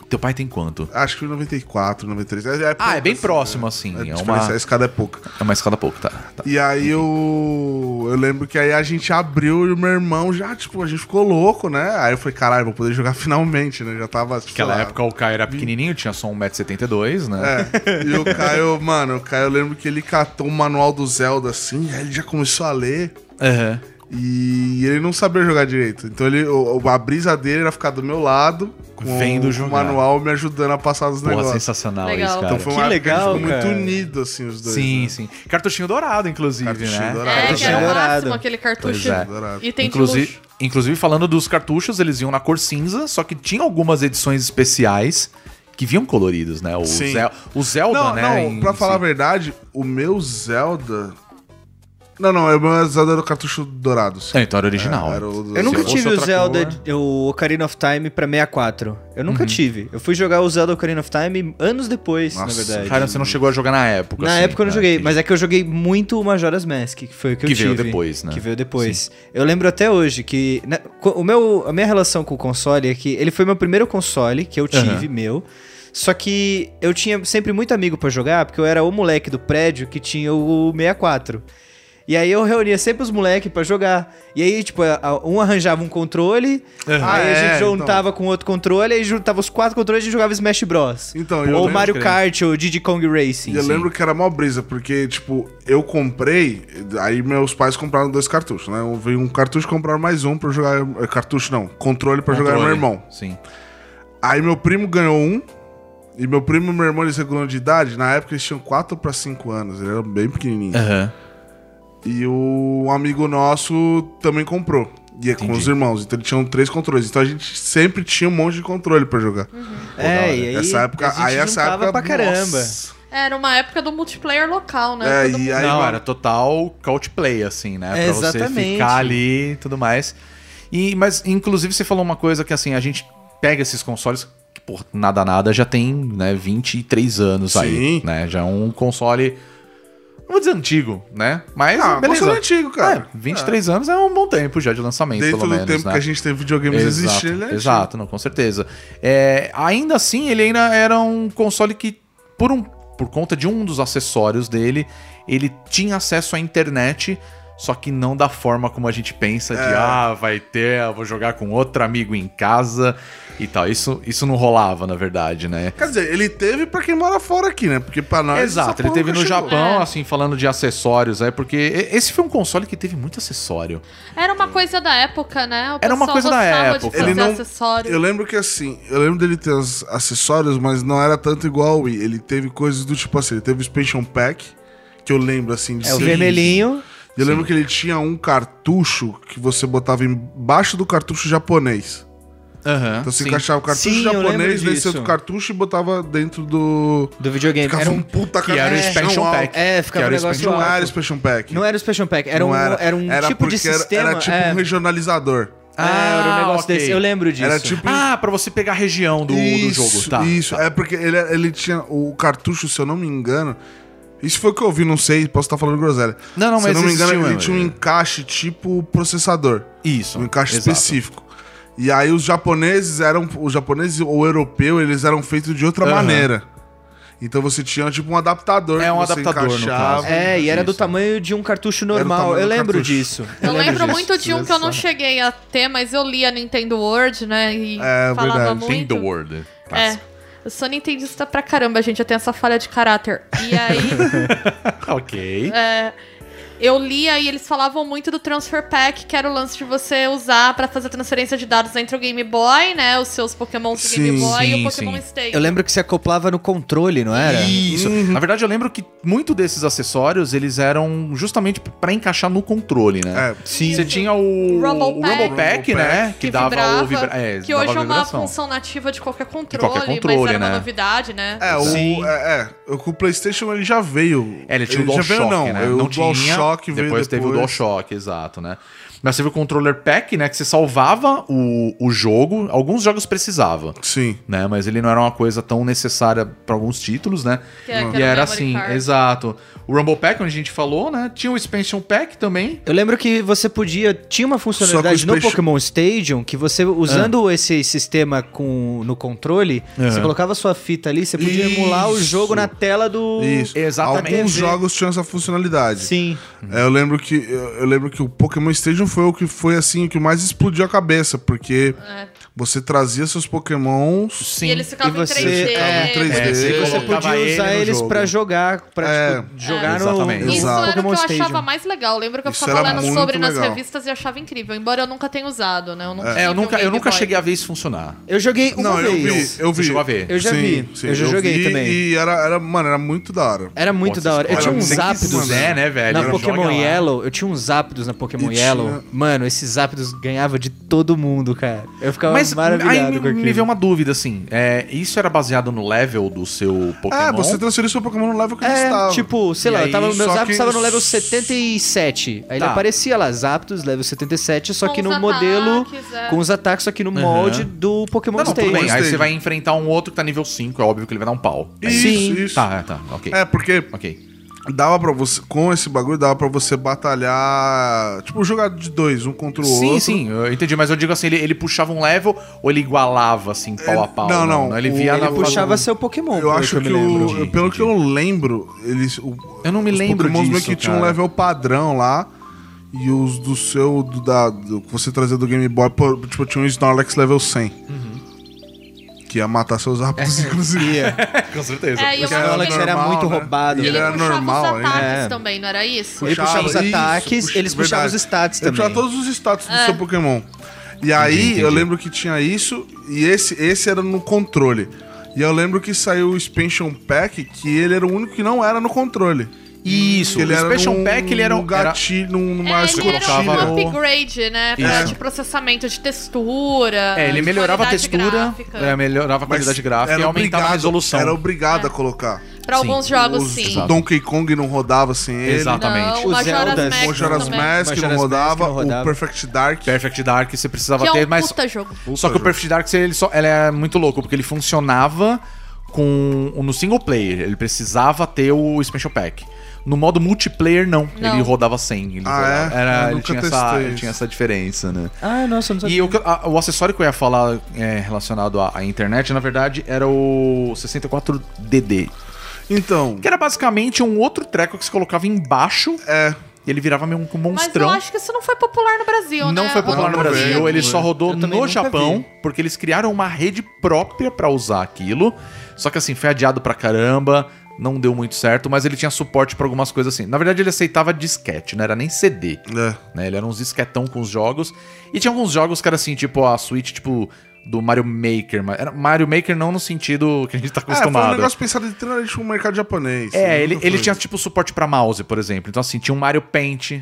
S5: Teu pai tem quanto?
S6: Acho que 94, 93. É, é
S5: Ah, é bem
S6: pouco,
S5: próximo,
S6: né?
S5: assim.
S6: A
S5: É,
S6: diferença,
S5: uma,
S6: a escada é pouca.
S5: é uma escada pouco, tá. tá.
S6: E aí eu, eu lembro que aí a gente abriu e o meu irmão já, tipo, a gente ficou louco, né? Aí eu falei, caralho, vou poder jogar finalmente, né? Já tava, tipo, sei
S5: Naquela
S6: lá,
S5: época o Caio era pequenininho, tinha só 1,72m, né?
S6: É, e o Caio, mano, o Caio, eu lembro que ele catou o manual do Zelda assim, aí ele já começou a ler
S5: Aham.
S6: e ele não sabia jogar direito. Então ele, o- o- a brisa dele era ficar do meu lado, com
S5: Vendo
S6: o
S5: jogar.
S6: manual me ajudando a passar os
S5: Porra,
S6: negócios.
S5: sensacional
S7: Legal.
S5: isso, cara.
S6: Então foi
S1: Que
S6: uma época que a gente
S1: legal,
S6: ficou
S1: cara.
S6: muito unido, assim, os dois.
S5: sim,
S6: né?
S5: sim. Cartuchinho dourado, inclusive,
S6: Cartuchinho
S5: né?
S6: dourado.
S7: É, que era o
S4: Dourado.
S7: máximo aquele cartucho.
S5: Pois é.
S6: Dourado.
S7: E tem de
S5: Inclusive,
S7: luxo.
S5: inclusive, falando dos cartuchos, eles iam na cor cinza, só que tinha algumas edições especiais que vinham coloridos, né? O,
S6: Sim.
S5: Zel- o Zelda,
S6: não,
S5: né?
S6: não,
S5: em-
S6: pra falar a
S5: sim.
S6: verdade, o meu Zelda. Não, não, o meu Zelda era o cartucho dourado. sim.
S5: É, então era original.
S6: É, era o do-
S4: Eu nunca
S6: Ou
S4: tive
S6: seu
S4: o
S6: Tracor.
S4: Zelda, o Ocarina of Time pra 64. Eu nunca tive. Eu fui jogar o Zelda Ocarina of Time anos depois, na
S6: Nossa,
S4: verdade.
S5: Cara, você não chegou a jogar na época.
S4: Na
S5: assim,
S4: época eu não
S5: né?
S4: joguei,
S5: Entendi.
S4: mas é que eu joguei muito o Majora's Mask, que foi o que,
S5: Que
S4: eu tive.
S5: veio depois, né?
S4: Que veio depois. Eu lembro até hoje que né, co- o meu, a minha relação com o console é que ele foi meu primeiro console que eu tive, meu. Só que eu tinha sempre muito amigo pra jogar, porque eu era o moleque do prédio que tinha o 64. E aí eu reunia sempre os moleques pra jogar. E aí, tipo, a- a- um arranjava um controle,
S6: Ah,
S4: aí a
S6: é,
S4: gente
S6: então.
S4: juntava com outro controle, aí juntava os quatro controles e a gente jogava Smash Bros.
S6: Então, eu
S4: ou
S6: lembro
S4: Mario
S6: que-
S4: Kart, ou Diddy Kong Racing.
S6: E eu lembro que era mó brisa, porque, tipo, eu comprei, aí meus pais compraram dois cartuchos, né? Eu veio um cartucho compraram mais um pra eu jogar. eh, Cartucho não, controle pra jogar
S5: Controle.
S6: meu irmão.
S5: Sim.
S6: Aí meu primo ganhou um. E meu primo e meu irmão, eles regulam de idade. Na época eles tinham 4 pra 5 anos, eles eram bem pequenininhos.
S5: Aham.
S6: E o um amigo nosso também comprou. E é com
S5: Entendi.
S6: os irmãos. Então eles tinham três controles. Então a gente sempre tinha um monte de controle pra jogar.
S5: da hora.
S4: É, e aí,
S6: essa época,
S4: a gente
S6: aí essa
S4: juntava
S6: época.
S4: pra caramba.
S6: nossa.
S7: Era uma época do multiplayer local, né?
S6: É,
S7: Todo
S6: e aí,
S5: não,
S6: mano,
S5: era total couch play, assim, né? Pra
S4: É,
S5: você
S4: exatamente.
S5: ficar ali e tudo mais. E, mas, inclusive, você falou uma coisa que, assim, a gente pega esses consoles, que, por nada, nada, já tem, né, 23 anos aí,
S6: Sim.
S5: né? Já é um console, não vou dizer antigo, né? Mas,
S6: Ah,
S5: beleza.
S6: console antigo, cara.
S5: É, 23 anos é um bom tempo já de lançamento,
S6: dentro
S5: pelo
S6: do
S5: menos,
S6: tempo
S5: né?
S6: que a gente teve videogames
S5: exato,
S6: existindo, né?
S5: exato, não, com certeza. É, ainda assim, ele ainda era um console que, por, um, por conta de um dos acessórios dele, ele tinha acesso à internet, só que não da forma como a gente pensa de, ah, vai ter, eu vou jogar com outro amigo em casa e tal. Isso, isso não rolava, na verdade, né?
S6: Quer dizer, ele teve pra quem mora fora aqui, né? Porque pra nós.
S5: Exato,
S6: essa
S5: ele
S6: porra
S5: teve no
S6: nunca chegou.
S5: Japão,
S7: É.
S5: assim, falando de acessórios, é porque e- esse foi um console que teve muito acessório.
S7: Era uma coisa da época, né? O
S5: Era uma
S7: pessoal
S5: coisa da
S7: gostava
S5: época.
S7: De fazer
S6: Ele não-
S7: acessório.
S6: Eu lembro que assim, eu lembro dele ter os acessórios, mas não era tanto igual ao Wii. Ele teve coisas do tipo assim, ele teve o Expansion Pack, que eu lembro assim de
S4: É o
S6: ser-
S4: vermelhinho.
S6: Eu lembro que ele tinha um cartucho que você botava embaixo do cartucho japonês.
S5: Aham.
S6: Então você
S5: sim.
S6: encaixava o cartucho
S4: Sim, eu lembro
S6: japonês nesse
S4: disso.
S6: outro cartucho e botava dentro do.
S4: Do videogame.
S6: Ficava
S4: Era
S6: um
S4: um...
S6: puta
S5: Que era o
S6: cartuchão
S5: Expansion
S6: alto.
S5: Pack.
S4: É, ficava
S5: Que
S4: um
S5: era o
S4: negócio
S6: Não era
S4: alto.
S6: Expansion Pack.
S4: Não era o Expansion Pack, era
S6: Não
S4: um, era. um
S6: Era
S4: tipo de
S6: porque era-
S4: sistema.
S6: Era tipo
S4: é.
S6: um regionalizador.
S4: Ah, era um negócio
S5: ok.
S4: desse. Eu lembro disso.
S6: Era tipo
S5: Ah, pra você pegar a região do, do jogo, tá?
S6: Isso,
S5: tá.
S6: é porque ele, ele tinha o cartucho, se eu não me engano. Isso foi o que eu vi, não sei, posso estar falando groselha.
S5: Não, não,
S6: se
S5: mas
S6: eu não me
S5: existiu,
S6: engano, ele
S5: é,
S6: tinha um
S5: é.
S6: encaixe tipo processador.
S5: Isso.
S6: Um encaixe
S5: exato.
S6: específico. E aí os japoneses eram. Os japoneses ou europeu, eles eram feitos de outra
S5: Aham.
S6: maneira. Então você tinha tipo um adaptador.
S5: É
S6: que
S5: um
S6: você
S5: adaptador, no
S6: encaixava.
S5: caso.
S4: É, e era do
S5: Isso.
S4: tamanho de um cartucho
S6: tipo- do
S4: normal.
S6: tamanho
S4: Eu
S6: do
S4: lembro
S6: cartucho.
S4: disso.
S7: Eu lembro
S4: disso.
S7: muito de um que eu não
S6: Só.
S7: cheguei a ter, mas eu li a Nintendo World, né? E
S6: É,
S7: falava
S6: verdade.
S7: muito.
S5: Nintendo World.
S7: É. Eu sou nintendista pra caramba, gente. Eu tenho essa falha de caráter. E aí...
S5: ok.
S7: É. eu lia e eles falavam muito do Transfer Pack, que era o lance de você usar pra fazer transferência de dados entre o Game Boy, né? Os seus Pokémon do
S6: Sim,
S7: Game Boy e
S5: sim,
S7: o Pokémon
S5: sim.
S7: Station.
S4: Eu lembro que se acoplava no controle, não era?
S5: Isso. Na verdade, eu lembro que muito desses acessórios, eles eram justamente pra encaixar no controle, né?
S6: É,
S4: Sim.
S5: Você tinha o
S7: Rumble
S5: o
S7: Pack.
S5: Rumble Pack, né? Que, dava
S7: vibrava,
S5: o vibra... é,
S7: que
S5: dava
S7: hoje é uma
S5: vibração.
S7: função nativa de qualquer controle,
S5: qualquer controle,
S7: mas era
S5: né?
S7: uma novidade, né?
S6: É, o,
S4: Sim.
S6: é, é, o Playstation ele já veio.
S5: É, ele tinha o
S6: já
S5: DualShock,
S6: veio, não.
S5: né?
S6: O
S5: não tinha,
S6: DualShock veio depois.
S5: depois teve o DualShock, exato, né? Mas teve o Controller Pack, né? Que você salvava o, o jogo. Alguns jogos precisava.
S6: Sim.
S5: né? Mas ele não era uma coisa tão necessária pra alguns títulos, né?
S7: Que é- que
S5: e
S7: era memory
S5: era assim,
S7: card.
S5: exato. O o Rumble Pack, onde a gente falou, né? Tinha o Expansion Pack também.
S4: Eu lembro que você podia. Tinha uma funcionalidade
S6: Só com
S4: no
S6: os peixe-
S4: Pokémon Stadium que você, usando esse sistema com, no controle, você colocava sua fita ali, você podia emular o
S6: Isso.
S4: jogo na tela do.
S6: Isso.
S5: Exatamente.
S6: Alguns jogos tinham essa funcionalidade.
S4: Sim.
S6: É, eu lembro que eu, eu lembro que o Pokémon Stadium foi o que foi assim o que mais explodiu a cabeça, porque você trazia seus Pokémons
S5: Sim.
S7: E eles ficavam
S4: E você-
S7: em 3D.
S6: ficavam em
S7: é.
S6: 3D.
S5: É,
S4: E
S5: você
S4: você
S5: colocava
S4: podia
S5: ele
S4: usar
S5: no
S4: eles
S5: jogo.
S4: pra jogar, pra
S6: É.
S4: tipo, jogar no,
S5: Exatamente.
S4: no
S7: Isso
S6: Exato.
S7: era o que eu
S4: Pokémon Stadium.
S7: achava mais legal. Lembro que eu
S6: Isso
S7: ficava
S6: era
S7: lendo
S6: muito
S7: sobre nas
S6: legal.
S7: revistas e achava incrível, embora eu nunca tenha usado, né? Eu não
S5: É, eu nunca, eu nunca cheguei a ver isso funcionar.
S4: Eu joguei uma
S6: Não, eu
S4: vez.
S6: vi, eu
S5: Você
S6: vi.
S5: chegou a ver?
S4: Eu já vi. Eu já joguei
S6: vi
S4: também.
S6: E era, era, mano, era muito da hora.
S4: Era muito
S5: Pô,
S4: da hora. É tipo Eu tinha
S6: olha,
S4: uns
S6: você que
S4: Zapdos.
S5: quiser, né, velho?
S4: Na
S5: Joga
S4: Pokémon
S5: lá.
S4: Yellow, eu tinha uns Zapdos na Pokémon
S6: E
S4: Yellow.
S6: tinha-
S4: Mano, esses Zapdos ganhava de todo mundo, cara. Eu ficava
S5: Mas aí
S4: maravilhado
S5: me,
S4: com aquilo.
S5: me veio uma dúvida, assim. É, isso era baseado no level do seu Pokémon?
S6: É, você transferiu seu Pokémon no level que ele
S4: É,
S6: estava.
S4: tipo, sei
S5: E
S4: lá,
S5: aí,
S4: eu tava, meu
S6: só
S4: Zapdos
S6: que-
S4: tava no level 77. Aí ele
S5: Tá.
S4: aparecia lá, Zapdos, level 77, só
S7: Com
S4: que
S7: os
S4: no modelo.
S7: ataques, é.
S4: Com os ataques, só que no molde do Pokémon
S5: Não, não, tudo
S4: Stadium.
S5: bem. Aí
S6: Stadium.
S5: você vai enfrentar um outro que tá nível 5, é óbvio que ele vai dar um pau. É
S6: Isso,
S4: Sim.
S6: isso.
S5: Tá, é, tá, ok.
S6: É, porque
S5: Ok.
S6: dava pra você, com esse bagulho, dava pra você batalhar, tipo, jogar de dois, um contra o
S5: sim,
S6: outro.
S5: sim, eu entendi, mas eu digo assim, ele, ele puxava um level ou ele igualava, assim, pau a pau?
S6: É, não, não,
S5: Ele
S6: o-
S5: via
S6: ele
S5: na
S4: Puxava seu Pokémon.
S6: Eu acho que,
S4: eu me lembro.
S6: o, eu- pelo que eu lembro, eles. o-
S5: Eu não me
S6: os
S5: lembro
S6: Pokémons meio
S5: disso,
S6: que tinham um
S5: cara.
S6: level padrão lá. E os do seu, do, da, do que você trazia do Game Boy, pô, tipo, tinha um Snorlax level 100. Que ia matar seus rapos, inclusive.
S5: Com certeza.
S7: É, e eu
S6: Porque
S4: O
S7: acho
S6: era
S4: Alex
S7: que
S4: era
S6: normal,
S4: muito
S6: né?
S4: roubado.
S6: E
S7: ele
S6: ele era
S7: puxava
S6: normal,
S7: os
S6: hein?
S7: ataques
S4: É.
S7: também, não era isso?
S4: Ele puxava os
S6: isso,
S4: ataques, eles puxavam os
S6: verdade.
S4: status
S6: Ele puxava
S4: também.
S6: todos os status
S7: É.
S6: do seu Pokémon. E aí, eu lembro que tinha isso, e esse, esse era no controle. E eu lembro que saiu o Expansion Pack, que ele era o único que não era no controle.
S5: Isso,
S6: Que ele
S5: o
S6: era
S5: Expansion
S6: num-
S5: Pack, ele era um-
S6: num gatilho, num- numa
S7: É, ele
S6: escotilha.
S7: era
S5: colocava
S7: um
S5: no-
S7: upgrade, né? Pra,
S5: Isso.
S7: de processamento de textura.
S5: É, ele
S7: de
S5: melhorava a
S7: Ah, qualidade
S5: textura,
S7: gráfica.
S5: é, melhorava a
S6: Mas
S5: qualidade gráfica e
S6: era
S5: aumentava a
S6: obrigado-
S5: resolução. Tá.
S6: Era obrigado a
S7: É.
S6: colocar.
S7: Pra alguns jogos,
S6: Os
S7: sim.
S6: tipo, Donkey Kong não rodava sem ele.
S5: Exato. exatamente.
S7: Não,
S4: Os
S7: Majora's
S4: Zeldas.
S7: Mask
S6: Majora's Mask
S7: também.
S6: não
S4: Majora's Mask
S6: rodava,
S4: não rodava.
S6: o Perfect Dark.
S5: Perfect Dark você precisava
S7: Que é
S5: ter,
S7: um
S5: mas
S7: puta jogo.
S5: Só que o Perfect Dark ele só, ele é muito louco, porque ele funcionava com no single player. Ele precisava ter o Expansion Pack. No modo multiplayer, não.
S7: Não.
S5: Ele rodava sem. Ele,
S6: Ah,
S5: rodava-
S6: é?
S5: era,
S6: Eu
S5: ele,
S6: nunca
S5: tinha essa,
S6: testei
S5: ele tinha essa diferença, né?
S4: Ah, nossa, eu não sabia.
S5: E o, que- a- o acessório que eu ia falar é, relacionado à, à internet, na verdade, era o 64DD.
S6: Então,
S5: Que era basicamente um outro treco que se colocava embaixo
S6: é.
S5: e ele virava meio um
S7: Mas eu
S5: monstrão.
S7: acho que isso não foi popular no Brasil, né?
S5: Não foi popular no
S6: Não, não
S5: Brasil,
S6: veio,
S5: ele
S6: não
S5: só
S6: veio.
S5: rodou
S4: Eu também
S5: no
S4: nunca
S5: Japão,
S4: vi.
S5: porque eles criaram uma rede própria pra usar aquilo. Só que assim, foi adiado pra caramba, não deu muito certo, mas ele tinha suporte pra algumas coisas assim. Na verdade, ele aceitava disquete, não era nem CD.
S6: É.
S5: Né? Ele era uns disquetão com os jogos. E tinha alguns jogos que era assim, tipo a Switch, tipo do Mario Maker. mas Era Mario Maker não no sentido que a gente tá
S6: É, foi um
S5: acostumado.
S6: negócio pensado literalmente no mercado japonês.
S5: É,
S6: né?
S5: ele,
S6: Nunca
S5: ele
S6: foi.
S5: tinha tipo suporte pra mouse, por exemplo. Então assim, tinha um Mario Paint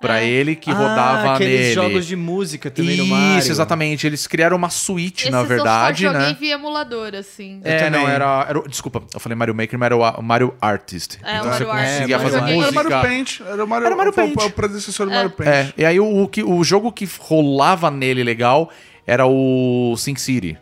S5: pra ele que
S4: Ah,
S5: rodava
S4: aqueles
S5: nele.
S4: jogos de música também
S5: Isso,
S4: no Mario.
S5: exatamente. Eles criaram uma Switch,
S7: Esses
S5: na verdade,
S7: eu só joguei
S5: né?
S7: via emulador, assim.
S5: É,
S4: também.
S5: não, era, era. o- Desculpa, eu falei Mario Maker, mas era o a- Mario Artist.
S7: É, o
S5: você
S7: Mario Artist.
S5: conseguia
S4: É,
S7: mas
S5: fazer
S6: Era
S7: eu
S6: o
S5: música.
S6: Mario Paint. Era o Mario,
S5: Era o Mario
S6: foi o
S5: Paint.
S6: predecessor do Mario Paint.
S5: É, e aí o, o que, o jogo que rolava nele legal era o Sin City.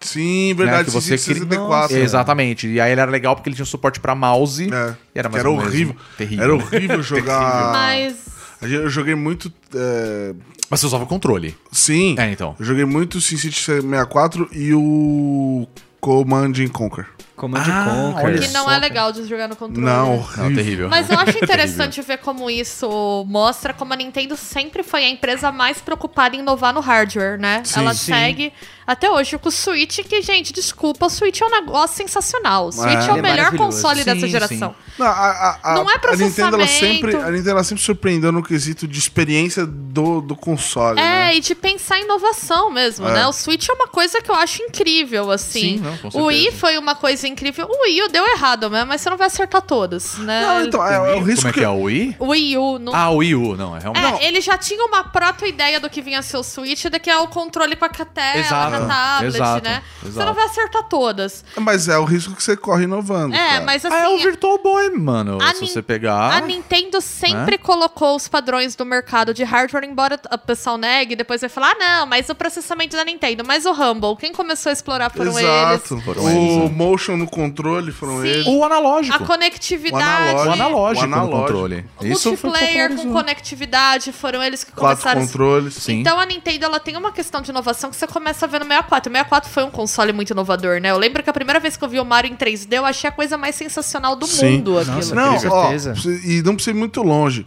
S6: Sim,
S5: Né,
S6: verdade.
S5: que
S6: Que
S5: você É,
S6: você
S5: cri-
S6: 64.
S5: Exatamente. E aí ele era legal porque ele tinha suporte pra mouse.
S6: É.
S5: E era
S6: Que
S5: mais
S6: era
S5: ou menos
S6: horrível.
S5: Terrível.
S6: Era
S5: né?
S6: horrível jogar.
S7: Mas.
S6: Eu joguei muito. é,
S5: Mas você usava o controle.
S6: Sim.
S5: É, então.
S6: Eu joguei muito SimCity 64 e o Command and Conquer.
S4: Command
S5: Ah,
S4: Conquer.
S5: olha
S7: Que não é legal de jogar no controle.
S6: Não,
S7: né?
S5: Não,
S6: horrível.
S5: terrível.
S7: Mas eu acho interessante ver como isso mostra como a Nintendo sempre foi a empresa mais preocupada em inovar no hardware, né?
S6: Sim.
S7: Ela
S6: Sim.
S7: segue até hoje com o Switch, que, gente, desculpa, o Switch é um negócio sensacional. O Switch é,
S6: ele
S7: o
S4: é
S7: melhor
S4: maravilhoso.
S7: console dessa
S5: Sim,
S7: geração.
S6: Não, a, a, a,
S7: Não é
S6: a Nintendo ela
S7: processamento.
S6: sempre, a Nintendo ela sempre surpreendeu no quesito de experiência do, do console. né?
S7: É, e de pensar em inovação mesmo, né? O Switch é uma coisa que eu acho incrível, assim.
S5: Sim, não, com
S7: o Wii
S5: certeza.
S7: foi uma coisa incrível. O Wii U deu errado, né? Mas você não vai acertar todas, né?
S6: Não, então, é, é o risco
S5: Como é que é? O Wii?
S7: O Wii U não
S5: Ah, o Wii U. Não, é
S7: É,
S5: realmente.
S7: ele já tinha uma proto-ideia do que vinha ser o Switch, do que é o controle com a catela,
S5: Exato,
S7: com a tablet,
S5: exato,
S7: né? Você
S5: exato.
S7: não vai acertar todas.
S6: Mas é o risco que você corre inovando.
S7: É,
S6: cara.
S7: mas assim...
S5: Ah, é o Virtual Boy, mano.
S7: a
S5: Se
S7: Nin-
S5: você pegar.
S7: A Nintendo sempre
S5: Né?
S7: colocou os padrões do mercado de hardware, embora o pessoal negue, depois vai falar, ah, não, mas o processamento da Nintendo, mas o Rumble, quem começou a explorar foram eles.
S6: Exato.
S5: Foram
S6: o
S5: eles, né?
S6: Motion no controle, foram
S7: Sim.
S6: eles.
S5: O analógico.
S7: A conectividade.
S5: O analógico,
S6: O
S5: no
S6: analógico.
S5: controle. Isso foi
S7: multiplayer com
S5: popularizou.
S7: conectividade, foram eles que
S6: Quatro
S7: começaram.
S6: controles.
S5: Sim.
S7: Então a Nintendo ela tem uma questão de inovação que você começa a ver no 64. O 64 foi um console muito inovador, né? Eu lembro que a primeira vez que eu vi o Mario em 3D, eu achei a coisa mais sensacional do
S6: Sim.
S7: mundo aquilo.
S6: Não,
S4: Com
S6: ó,
S4: certeza.
S6: precisa- e não precisa ir muito longe.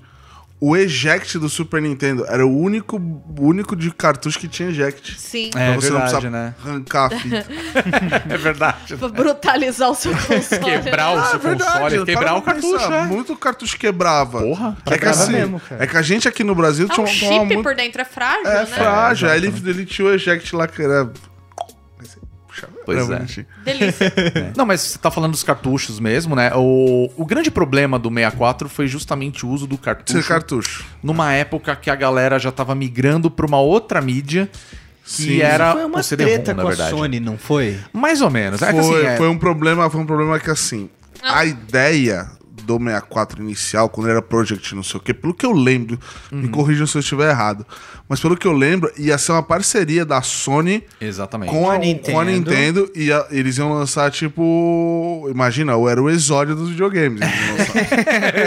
S6: O eject do Super Nintendo era o único, o único de cartucho que tinha eject.
S7: Sim.
S5: É. verdade, né?
S6: arrancar a fita.
S5: É verdade.
S7: Pra brutalizar o seu console.
S5: Quebrar o
S7: né?
S5: seu console, é
S6: eu
S5: quebrar
S6: parava
S5: o
S6: pra
S5: cartucho.
S6: pensar,
S5: é.
S6: Muito cartucho quebrava.
S5: Porra,
S6: é que,
S4: caralho
S6: assim,
S4: mesmo, cara.
S6: é que a gente aqui no Brasil
S7: Ah,
S6: tinha
S7: um
S6: uma-
S7: chip
S6: uma muito-
S7: por dentro é frágil,
S6: É
S7: né?
S6: frágil. Aí ele, ele tinha o eject lá que era.
S5: Pois
S6: era
S5: é.
S6: bonitinho.
S7: Delícia.
S5: Não, mas você tá falando dos cartuchos mesmo, né? O, o grande problema do 64 foi justamente o uso do cartucho.
S6: Tinha cartucho.
S5: Numa época que a galera já tava migrando pra uma outra mídia, que
S6: Sim.
S5: era um
S4: Foi uma
S5: o CD-ROM,
S4: treta
S5: na
S4: com a
S5: verdade.
S4: Sony, não foi?
S5: Mais ou menos.
S6: Foi,
S5: é que assim, é-
S6: foi um problema, foi um problema que assim, a ideia do 64 inicial, quando era Project não sei o quê, pelo que eu lembro,
S5: Uhum.
S6: me corrijam se eu estiver errado, mas pelo que eu lembro, ia ser uma parceria da Sony
S5: Exatamente.
S6: com a,
S4: Nintendo.
S6: com a Nintendo e a- eles iam lançar, tipo, imagina, era o exódio dos videogames. eles iam lançar.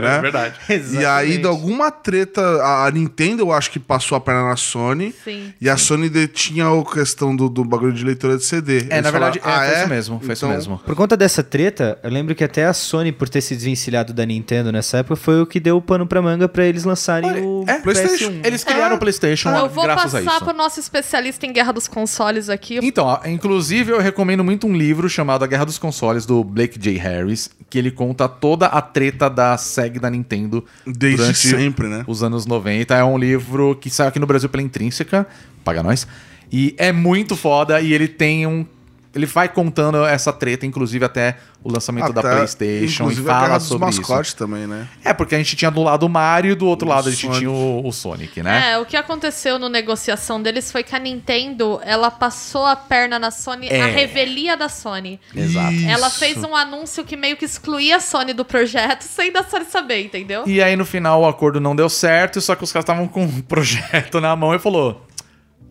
S6: né?
S5: é verdade.
S6: e aí, de alguma treta, a, a Nintendo eu acho que passou a perna na Sony.
S7: Sim.
S6: E a Sony detinha a questão do, do bagulho de leitura de CD.
S5: É, na verdade,
S6: falaram,
S5: é, foi isso mesmo, foi
S6: Então,
S5: isso mesmo.
S4: Por conta dessa treta, eu lembro que até a Sony, por ter se desvencilhado da Nintendo nessa época, foi o que deu o pano pra manga pra eles lançarem o um.
S5: É,
S4: PlayStation.
S5: PlayStation. Eles criaram o PlayStation
S7: Ah, Eu vou
S5: graças a
S7: passar
S5: isso.
S7: pro nosso especialista em guerra dos consoles aqui.
S5: Então, a- inclusive eu recomendo muito um livro chamado A Guerra dos Consoles, do Blake J. Harris, que ele conta toda a treta da SEG da Nintendo
S6: Desde
S5: durante
S6: sempre, né?
S5: os anos 90. É um livro que saiu aqui no Brasil pela Intrínseca, paga nós. E é muito foda e ele tem um... Ele vai contando essa treta, inclusive até o lançamento da
S6: Até,
S5: Playstation e
S6: inclusive, a
S5: fala
S6: guerra dos
S5: sobre isso.
S6: mascotes também, né?
S5: É, porque a gente tinha do lado o Mario e do outro
S6: O
S5: lado a gente
S6: Sonic.
S5: tinha o, o Sonic, né?
S7: É, o que aconteceu no negociação deles foi que a Nintendo, ela passou a perna na Sony,
S5: É.
S7: a revelia da Sony.
S5: Exato.
S7: Ela fez um anúncio que meio que excluía a Sony do projeto, sem da Sony saber, entendeu?
S5: E aí no final o acordo não deu certo, só que os caras estavam com um projeto na mão e falou: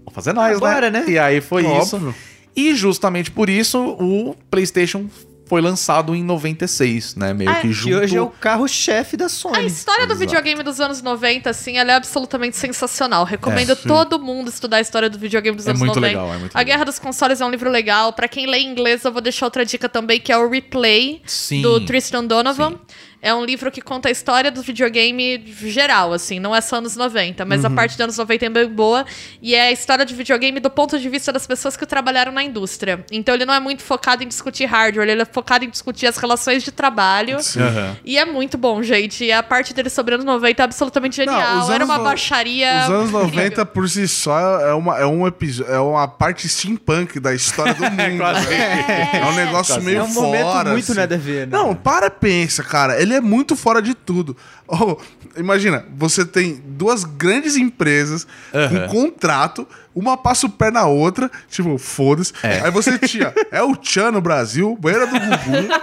S5: Vou fazer nós,
S4: Bora, né?
S5: E aí foi
S6: Óbvio.
S5: isso. E justamente por isso o PlayStation foi lançado em 96, né? Meio
S7: Ah,
S5: que
S4: Que
S5: junto.
S4: hoje é o carro-chefe da
S7: A
S4: Sony.
S7: história do videogame dos anos 90, assim, ela é absolutamente sensacional. Recomendo todo mundo estudar a história do videogame dos
S5: É
S7: anos
S5: muito
S7: 90.
S5: legal, é muito
S7: a
S5: legal.
S7: Guerra dos Consoles é um livro legal. Pra quem lê em inglês, eu vou deixar outra dica também, que é o Replay,
S5: Sim.
S7: do Tristan Donovan. É um livro que conta a história do videogame geral, assim, não é só anos 90, mas
S6: Uhum.
S7: a parte dos anos 90 é bem boa. E é a história de videogame do ponto de vista das pessoas que trabalharam na indústria. Então ele não é muito focado em discutir hardware, ele é focado em discutir as relações de trabalho.
S5: Aham.
S7: E é muito bom, gente. E a parte dele sobre anos 90 é absolutamente genial.
S6: Não, os
S7: Era
S6: anos
S7: uma
S6: no-
S7: baixaria.
S6: Os anos 90
S7: incrível.
S6: por si só é uma, é um episódio, é uma parte steampunk da história do mundo. né? É um negócio
S5: Quase.
S6: meio
S4: é um momento
S6: fora.
S4: muito
S6: assim.
S4: nada a ver, né?
S6: Não, para pensa, cara. Ele é muito fora de tudo. Oh, imagina, você tem duas grandes empresas, um contrato, uma passa o pé na outra, tipo, foda-se. Aí você tinha, é o Tchan no Brasil, banheira do Gugu,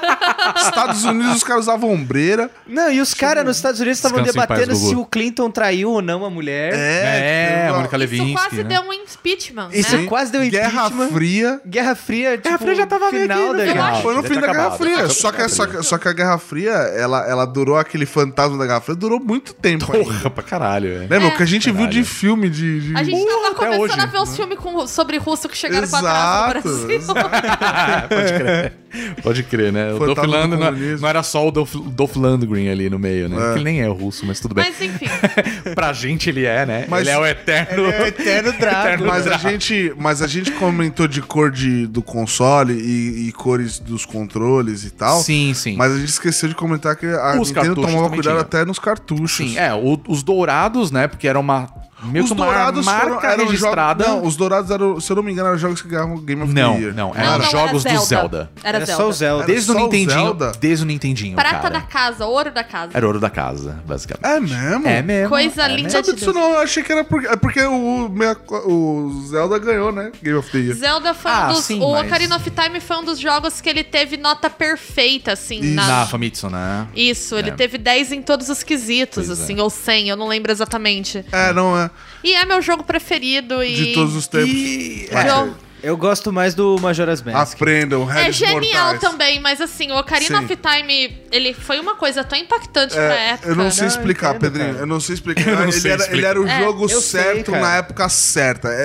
S6: Estados Unidos os caras usavam ombreira.
S4: Não, e os caras nos Estados Unidos estavam
S5: Descansa em paz,
S4: debatendo
S5: Gugu.
S4: se o Clinton traiu ou não a mulher.
S5: É,
S6: tipo,
S5: a Mônica
S7: Isso
S5: Levinsky.
S7: quase
S5: né?
S7: deu um impeachment,
S4: Isso
S6: é
S7: né?
S4: quase deu
S6: Guerra
S4: impeachment.
S6: Fria.
S4: Guerra Fria, tipo,
S5: Fria já tava meio
S4: final
S5: que-
S4: da
S5: eu
S4: guerra.
S5: acho.
S6: Foi no
S5: já
S6: fim
S5: tá
S6: da Guerra
S5: acabado.
S6: Fria.
S5: Acabou
S6: Só
S5: a
S6: que,
S5: Guerra
S6: só, que- só que a Guerra Fria, ela, ela durou aquele fantasma da Guerra Fria, durou muito tempo. ainda.
S5: Porra, pra caralho, é.
S6: Lembra? O Né, que a gente viu de
S5: Caralho.
S6: filme de. de-
S7: A gente tava começando
S5: hoje,
S7: a ver os filmes com- sobre russo que chegaram pra trás
S6: né? Exato,
S7: no Brasil.
S5: Ah, Pode crer. Pode crer, né? O
S6: Fantasma
S5: Dolph
S6: do
S5: Lundgren não,
S6: comunismo.
S5: não era só o Dolph, Dolph Lundgren ali no meio, né? Que ele nem é russo, mas tudo bem.
S7: Mas enfim,
S5: pra gente ele é, né?
S6: Mas-
S5: ele é o eterno.
S4: É o eterno
S5: Eterno
S4: drago.
S6: Mas a
S5: Drago.
S6: gente, mas a gente comentou de cor de, do console e, e cores dos controles e tal.
S5: Sim, sim.
S6: Mas a gente esqueceu de comentar que a
S5: Os
S6: Nintendo
S5: cartuchos
S6: tomava
S5: também
S6: cuidado
S5: tinha.
S6: até nos cartuchos.
S5: Sim, é, o- os dourados, né? Porque era uma. Meio
S6: os
S5: que uma
S6: dourados
S5: marca
S6: foram, eram
S5: registrada.
S6: jogos. Não, os dourados eram, se eu não me engano, eram jogos que ganhavam Game of
S5: Não,
S6: the Year.
S5: não,
S7: não,
S5: Era
S7: não,
S5: jogos
S7: era
S5: do Zelda.
S7: Zelda. Era,
S4: Era
S7: Zelda.
S4: só o Zelda.
S5: Desde É o
S6: só o
S5: Nintendinho.
S6: Zelda?
S5: Desde o Nintendinho.
S7: Prata
S5: cara.
S7: da casa, ouro da casa.
S5: Era ouro da casa, basicamente.
S6: É mesmo?
S5: É mesmo.
S7: Coisa
S5: é
S7: linda
S6: Sabe
S7: de
S6: disso
S7: Deus.
S6: não, eu achei que era porque, é porque o, meia- o Zelda ganhou, né? Game of the Year.
S7: Zelda foi
S5: Ah,
S7: um dos.
S5: sim,
S7: o
S5: mas-
S7: Ocarina of Time foi um dos jogos que ele teve nota perfeita, assim,
S6: Isso.
S7: na,
S5: Na Famitsu, né?
S7: Isso, ele
S5: É.
S7: teve 10 em todos os quesitos,
S5: Pois
S7: assim,
S5: é.
S7: ou 100, eu não lembro exatamente.
S6: É, não é.
S7: E é meu jogo preferido e.
S6: De todos os tempos.
S5: E.
S7: Eu,
S4: Eu gosto mais do Majora's Mask.
S6: Aprendam,
S7: É
S6: réis
S7: genial
S6: mortais.
S7: também, mas assim, o Ocarina
S6: Sim.
S7: of Time, ele foi uma coisa tão impactante pra
S6: É,
S7: época.
S6: eu não sei
S4: Não,
S6: explicar,
S4: entendo,
S6: Pedrinho.
S4: cara.
S6: Eu não sei explicar.
S5: Eu não
S6: ele,
S5: sei
S6: era,
S5: explicar.
S6: ele era o
S7: É,
S6: jogo
S4: eu sei,
S6: certo
S4: cara.
S6: na época certa. É,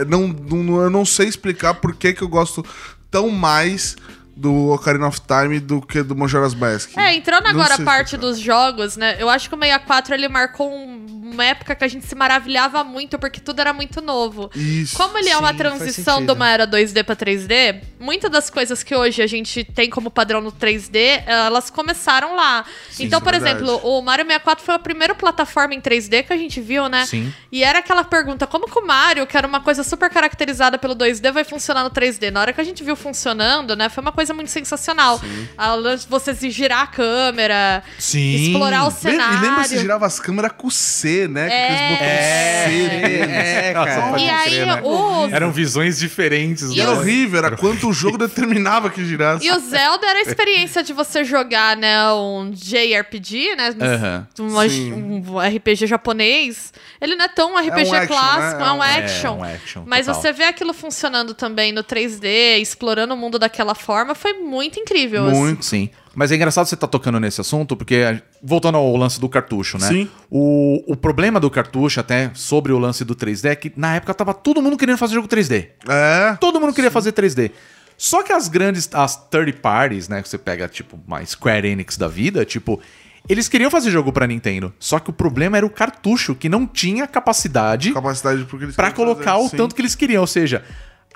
S6: é, não, não- eu não sei explicar por que, que eu gosto tão mais do Ocarina of Time do que do Majora's Mask.
S7: É, entrando
S6: Não
S7: agora a
S6: sei
S7: parte
S6: explicar.
S7: dos jogos, né? Eu acho que o 64 ele marcou um- uma época que a gente se maravilhava muito porque tudo era muito novo.
S6: Isso.
S7: Como ele é uma
S4: Sim, faz
S7: transição
S4: sentido.
S7: de uma era 2D pra 3D, muitas das coisas que hoje a gente tem como padrão no 3D, elas começaram lá.
S6: Sim,
S7: então,
S6: isso é
S7: por
S6: verdade.
S7: exemplo, o Mario 64 foi a primeira plataforma em 3D que a gente viu, né?
S5: Sim.
S7: E era aquela pergunta, como que o Mario, que era uma coisa super caracterizada pelo 2D, vai funcionar no 3D? Na hora que a gente viu funcionando, né, foi uma coisa muito sensacional. A lance de você se girar a câmera,
S5: Sim.
S7: explorar o
S6: Lem-
S7: cenário. É.
S6: E lembra se girava as câmeras com C, né? Com aqueles botões C deles.
S4: É,
S5: Nossa,
S4: cara.
S5: pode
S7: E aí,
S5: crer, né?
S7: o...
S5: Eram visões diferentes.
S7: E
S6: Era
S5: né?
S7: os-
S6: horrível, era quanto o jogo determinava que girasse.
S7: E o Zelda era a experiência de você jogar, né, um JRPG, né?
S5: Aham.
S7: uma-
S6: Sim.
S7: um RPG japonês. Ele não é tão um RPG
S6: action, né?
S7: clássico, é um action.
S5: É, um action,
S7: Mas
S5: total.
S7: você vê aquilo funcionando também no 3D, explorando o mundo daquela forma, foi muito incrível. assim.
S5: Muito, sim. Mas é engraçado você estar tocando nesse assunto, porque a- voltando ao lance do cartucho, né?
S6: Sim.
S5: O, o problema do cartucho, até sobre o lance do 3D, é que na época tava todo mundo querendo fazer jogo 3D.
S6: É.
S5: Todo mundo queria fazer 3D. Só que as grandes, as third parties, né? Que você pega, tipo, uma Square Enix da vida, tipo, eles queriam fazer jogo pra Nintendo. Só que o problema era o cartucho, que não tinha capacidade
S6: Capacidade porque eles
S5: Pra
S6: queriam
S5: colocar
S6: fazer,
S5: o
S6: sim.
S5: tanto que eles queriam. Ou seja,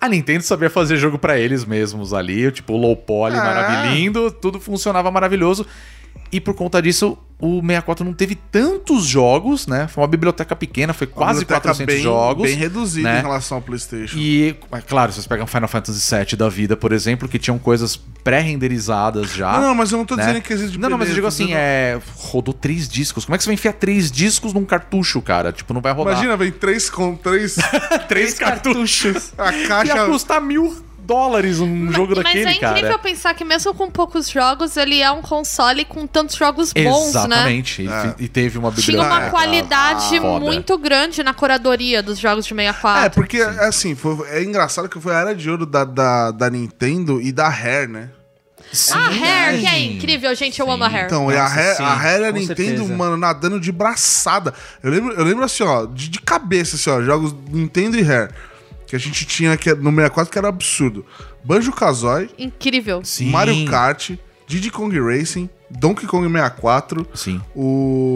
S5: a Nintendo sabia fazer jogo pra eles mesmos ali, tipo low poly,
S6: É.
S5: maravilhindo, tudo funcionava maravilhoso. E por conta disso, o 64 não teve tantos jogos, né? Foi uma biblioteca pequena, foi
S6: Uma
S5: quase
S6: biblioteca
S5: 400
S6: bem,
S5: jogos.
S6: Bem reduzida
S5: né?
S6: em relação ao PlayStation.
S5: E, é claro, vocês pegam Final Fantasy VII da vida, por exemplo, que tinham coisas pré-renderizadas já.
S6: Não, não, mas eu Ah. não tô
S5: né?
S6: dizendo que existe
S5: Não, não, mas eu digo
S6: beleza,
S5: assim,
S6: dizendo-
S5: é. Rodou três discos. Como é que você vai enfiar três discos num cartucho, cara? Tipo, não vai rodar.
S6: Imagina, vem três com três.
S5: três cartuchos.
S6: A
S5: ia
S6: caixa.
S5: custar mil dólares um jogo
S7: Mas
S5: daquele,
S7: é incrível
S5: cara.
S7: pensar que mesmo com poucos jogos, ele é um console com tantos jogos bons, né?
S5: Exatamente. E,
S6: É.
S5: fi- e teve uma
S7: Tinha
S5: biblioteca.
S7: uma qualidade
S5: Ah, foda.
S7: muito grande na curadoria dos jogos de 64.
S6: É, porque, assim, foi, é engraçado que foi a era de ouro da, da, da Nintendo e da Rare, né?
S5: Sim.
S7: A Hair, que é incrível, gente, eu amo a Hair.
S6: Então, e a
S4: Nossa,
S6: Rare,
S4: sim,
S6: a Rare e a
S4: com
S6: Nintendo,
S4: certeza.
S6: mano, nadando de braçada. Eu lembro, eu lembro assim, ó, de, de cabeça, assim, ó, jogos Nintendo e Rare. Que a gente tinha aqui no 64, que era absurdo. Banjo Kazooie,
S7: Incrível.
S5: Sim.
S6: Mario Kart, Diddy Kong Racing, Donkey Kong 64,
S5: Sim.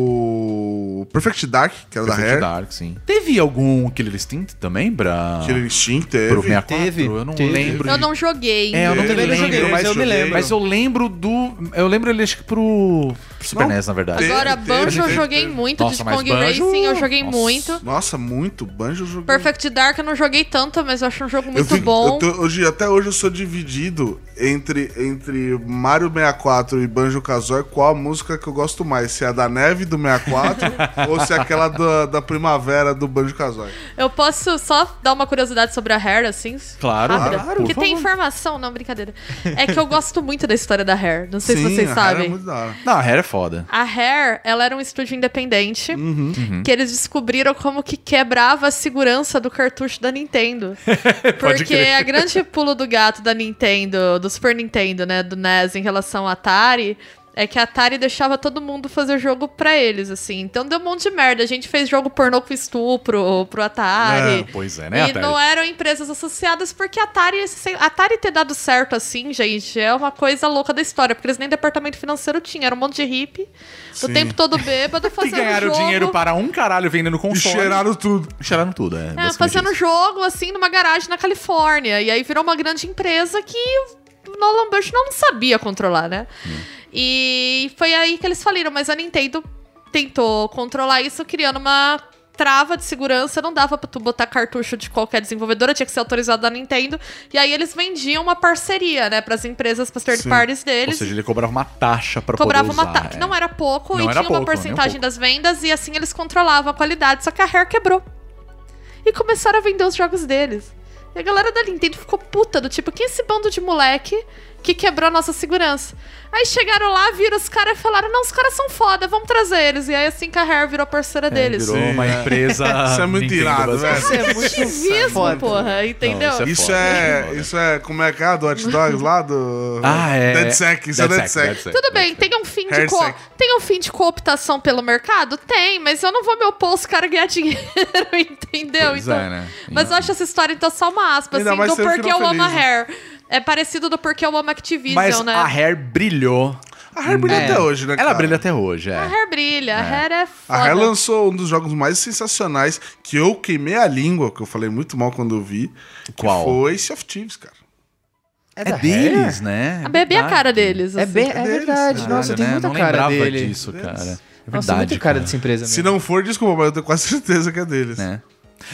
S6: o Perfect Dark, que era
S5: Perfect
S6: É da Rare.
S5: Dark, sim. Teve algum Killer Instinct também pra,
S6: Killer Instinct teve.
S5: pro 64?
S4: Teve,
S5: eu não
S4: teve.
S5: lembro.
S7: Eu
S5: de-
S7: não joguei.
S5: É, eu não
S6: Teve,
S5: lembro,
S6: eu joguei,
S5: mas,
S6: eu me lembro.
S5: Mas eu lembro do... Eu lembro ele, acho que pro, pro Super
S6: Não,
S5: NES, na verdade.
S6: teve,
S7: Agora,
S6: teve,
S7: Banjo eu
S6: teve,
S7: joguei
S6: teve.
S7: muito,
S5: Nossa,
S7: de
S5: mas
S7: Kong
S5: Banjo-
S7: Racing eu joguei
S5: Nossa.
S7: muito.
S6: Nossa, muito. Banjo jogou.
S7: Perfect Dark eu não joguei tanto, mas eu acho um jogo
S6: Eu
S7: muito
S6: fico-
S7: bom.
S6: eu tô- hoje, até hoje eu sou dividido entre, entre Mario 64 e Banjo Kazooie qual a música que eu gosto mais. Se é a da neve do 64 ou se é aquela da, da primavera do Banjo Kazooie.
S7: Eu posso só dar uma curiosidade sobre a Hair, assim?
S5: Claro,
S7: rápida?
S5: claro,
S7: Porque
S5: por
S7: tem
S5: favor.
S7: informação, não, brincadeira. É que eu gosto muito da história da Hair. Não sei se vocês
S6: a Hera
S7: sabem.
S6: É muito da hora.
S5: Não, a Rare é foda.
S7: A Hair, ela era um estúdio independente
S5: Uhum.
S7: que eles descobriram como que quebrava a segurança do cartucho da Nintendo. Porque
S5: crer.
S7: a grande pulo do gato da Nintendo, do Super Nintendo, né, do NES em relação à Atari, é que a Atari deixava todo mundo fazer jogo pra eles, assim. Então deu um monte de merda. A gente fez jogo pornô com estupro pro Atari.
S5: Pois é, né,
S7: E não eram empresas associadas, porque a Atari, se- a Atari ter dado certo assim, gente, é uma coisa louca da história, porque eles nem departamento financeiro tinham, era um monte de hippie, o
S6: Sim.
S7: tempo todo bêbado,
S5: Que
S7: fazendo
S5: ganharam
S7: jogo.
S5: dinheiro para um caralho vendendo
S6: E
S5: console.
S6: cheiraram tudo.
S5: Cheiraram tudo, é.
S7: É,
S5: basicamente
S7: fazendo
S5: isso.
S7: jogo, assim, numa garagem na Califórnia. E aí virou uma grande empresa que o Nolan Bush não sabia controlar, né?
S5: Hum.
S7: E foi aí que eles faliram, mas a Nintendo tentou controlar isso criando uma trava de segurança, não dava pra tu botar cartucho de qualquer desenvolvedora, tinha que ser autorizado da Nintendo. E aí eles vendiam uma parceria, né, pras empresas, pras third
S6: Sim.
S7: parties deles.
S5: Ou seja, ele cobrava uma taxa pra
S7: cobrava
S5: poder usar. é.
S7: uma taxa, que não era pouco,
S5: Não
S7: e
S5: era
S7: tinha
S5: pouco,
S7: uma
S5: nem um
S7: porcentagem
S5: pouco.
S7: das vendas, e assim eles controlavam a qualidade, só que a Rare quebrou. E começaram a vender os jogos deles. E a galera da Nintendo ficou puta, do tipo, quem é esse bando de moleque que quebrou a nossa segurança. Aí chegaram lá, viram os caras e falaram: não, os caras são foda, vamos trazer eles. E aí assim que a Rare virou parceira deles.
S5: É, Virou uma empresa.
S6: Isso é muito
S5: Nintendo, assim.
S6: irado,
S5: basicamente.
S6: velho.
S4: Isso é
S7: Ativismo,
S4: foda.
S7: porra, entendeu?
S5: Não, isso é
S6: Isso
S5: foda,
S6: é,
S5: foda.
S6: isso é, como é que é? Do hot dogs lá do.
S5: Ah, é.
S6: Dead Sec, isso é Dead Sec.
S7: Tudo bem, tem um fim de
S6: Hair
S7: co
S6: sec.
S7: tem um fim de cooptação pelo mercado? Tem, mas eu não vou me opor os caras ganhar dinheiro, entendeu?
S5: Pois
S7: então,
S5: é, né?
S7: Mas eu acho essa história então só uma aspa,
S6: Ainda
S7: assim,
S6: mais
S7: do
S6: sendo
S7: porquê eu
S6: final
S7: amo a
S6: feliz,
S7: Hair. É parecido do porquê eu amo a Activision,
S5: Mas
S7: né?
S5: a Hair brilhou.
S6: A Rare brilha
S4: É.
S6: até hoje, né?
S5: Ela
S6: cara?
S5: brilha até hoje, é.
S7: A Hair brilha, a Hair é
S6: A
S7: foda.
S6: Rare lançou um dos jogos mais sensacionais que eu queimei a língua, que eu falei muito mal quando eu vi.
S5: Qual?
S6: Que foi Sea of Thieves, cara.
S5: É, deles, né?
S7: A bebê é a cara deles.
S4: É,
S7: assim.
S4: bem, é
S6: deles,
S4: verdade.
S6: caralho,
S4: Nossa, tem
S5: né?
S4: muita
S5: não
S4: cara
S5: lembrava
S4: dele.
S5: disso, cara. É verdade.
S4: Nossa, muita cara
S5: cara.
S4: dessa empresa mesmo.
S6: Se não for, desculpa, mas eu tenho quase certeza que é deles.
S5: É.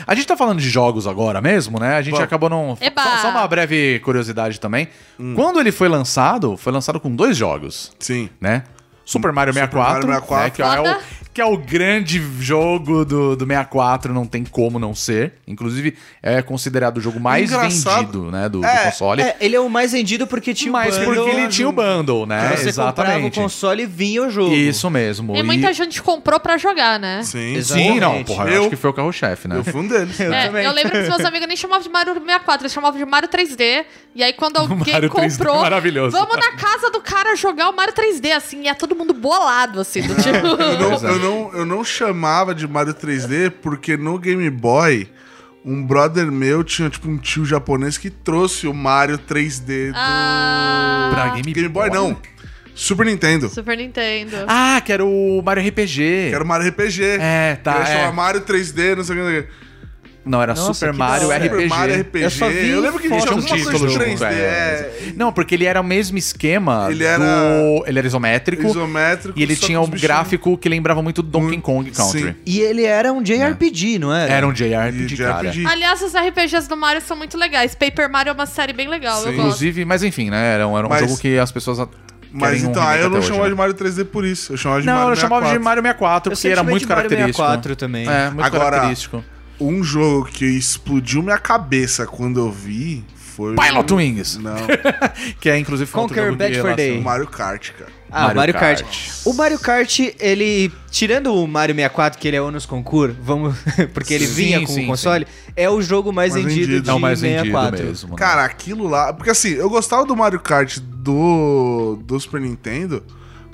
S5: A gente tá falando de jogos agora mesmo, né? A gente
S6: Vamos.
S5: acabou não.
S7: Eba!
S5: Só, só uma breve curiosidade também.
S6: Hum.
S5: Quando ele foi lançado, foi lançado com dois jogos,
S6: Sim.
S5: né? Super Mario
S6: Super
S5: 64,
S6: Mario 64.
S5: né, que, é
S7: Foda.
S5: o, que é o grande jogo do, do 64, não tem como não ser. Inclusive, é considerado o jogo mais
S6: Engraçado.
S5: vendido, né, do, do
S6: É, um-
S5: console.
S4: É, ele é o mais vendido porque tinha
S5: Mas
S4: o
S5: porque ele tinha o bundle, né?
S4: Você comprava o
S5: Exatamente.
S4: console e vinha o jogo.
S5: Isso mesmo.
S7: E muita gente comprou pra jogar, né?
S6: Sim.
S4: Exato.
S5: Sim, não,
S4: Exatamente.
S5: porra, eu,
S6: Eu-
S5: acho que foi o carro-chefe, né?
S6: Eu fui um deles.
S4: Eu
S7: É,
S4: também.
S7: eu lembro que os meus amigos nem chamavam de Mario 64, eles chamavam de Mario 3D. E aí quando alguém
S5: Mario 3D é
S7: comprou,
S5: maravilhoso.
S7: vamos na casa do cara jogar o Mario 3D, assim, e é todo mundo bolado, assim, do tipo...
S6: Eu não,
S5: Pois é.
S6: eu, não, eu não chamava de Mario 3D porque no Game Boy, um brother meu tinha tipo um tio japonês que trouxe o Mario 3D do.
S7: ah,
S5: Pra Game,
S6: Game Boy não. Super Nintendo.
S7: Super Nintendo.
S5: Ah, que era o Mario RPG.
S6: Era um Mario RPG.
S5: É, tá,
S6: Eu
S5: é.
S6: chamava Mario 3D, não sei o que.
S5: Não, era
S4: Nossa,
S5: Super
S4: que
S5: Mario
S4: da hora.
S5: RPG.
S6: Super Mario RPG.
S4: Eu só vi
S6: Eu lembro que
S4: fotos
S6: tinha
S4: disso.
S6: alguma coisa
S4: Título
S6: de
S4: do
S6: 3D.
S5: é.
S6: é,
S5: Não, porque ele era o mesmo esquema
S6: Ele era-
S5: do... Ele era isométrico.
S6: Isométrico.
S5: E ele
S6: só
S5: tinha
S6: com
S5: um
S6: os bichinhos.
S5: gráfico que lembrava muito do Donkey Kong Country.
S6: Sim. É,
S4: E ele era um JRPG, não era?
S5: É. Era um JRPG,
S6: de
S5: cara.
S6: RPG.
S7: Aliás, os RPGs do Mario são muito legais. Paper Mario é uma série bem legal,
S6: Sim.
S7: eu gosto.
S5: Inclusive, mas enfim, né? Era um, era um
S6: Mas-
S5: jogo que as pessoas... a-
S6: Mas
S5: querem um
S6: então, aí
S5: remake
S6: eu não
S5: até hoje,
S6: chamava
S5: né?
S6: de Mario 3D por isso. Eu chamava de
S5: Não,
S6: Mario
S5: eu chamava de
S6: 64.
S5: Mario 64,
S4: Eu
S5: porque
S4: sempre
S5: era
S4: chamei
S5: muito
S4: de Mario
S5: característico.
S4: 64 também.
S5: É, muito
S6: Agora-
S5: característico.
S6: Um jogo que explodiu minha cabeça quando eu vi foi.
S5: Pilot Wings,
S6: Não,
S5: que é inclusive foi outro
S4: Conquer
S5: jogo de
S4: Bad for
S5: relação.
S4: Day.
S6: o Mario Kart, cara.
S4: Ah,
S5: Mario
S4: Mario, Mario Kart.
S5: Kart.
S4: O Mario Kart, ele. Tirando o Mario 64, que ele é Onus Concur, vamos. porque ele
S5: Sim,
S4: vinha com
S5: sim,
S4: o console, é o jogo mais
S6: Mais
S4: vendido
S6: vendido.
S4: de
S5: É o mais vendido
S4: 64.
S5: mesmo. né?
S6: Cara, aquilo lá. Porque assim, eu gostava do Mario Kart do, do Super Nintendo.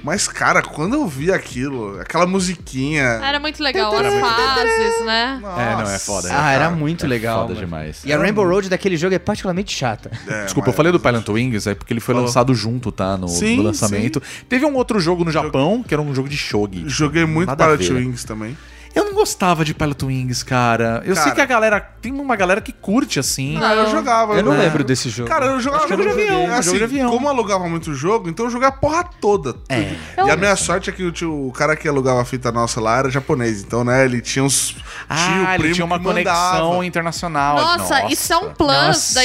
S6: Mas, cara, quando eu vi aquilo, aquela musiquinha.
S7: Era muito legal as fases, né?
S5: É, não, é foda.
S4: Ah, era
S6: cara.
S4: muito legal.
S5: foda
S4: mano.
S5: demais.
S4: E a Rainbow Road daquele jogo é particularmente chata.
S6: É,
S5: Desculpa,
S6: mas-
S5: eu falei do Pilot Wings, é porque ele foi lançado junto, tá? No, no
S6: Sim,
S5: lançamento. Teve um outro jogo no Japão, que era um jogo de shogi.
S6: tipo, Joguei muito
S5: Nada a
S6: Pilot
S5: ver. né?
S6: Wings também.
S5: Eu não gostava de Pilot Wings, cara. Eu sei
S6: Cara.
S5: que a galera. Tem uma galera que curte assim.
S6: Ah, eu jogava.
S4: Eu não lembro desse jogo.
S6: Cara, eu jogava
S5: Acho que eu não joguei.
S6: Assim,
S5: Jogo de avião.
S6: Como eu alugava muito jogo, então eu jogava a porra toda. E a minha sorte é que o, tio- o cara que alugava a fita nossa lá era japonês. Então, né, ele tinha uns. Tio,
S5: ah, ele tinha uma
S6: que
S5: conexão
S6: mandava.
S5: internacional.
S7: Nossa, isso é um plus
S4: Nossa,
S7: da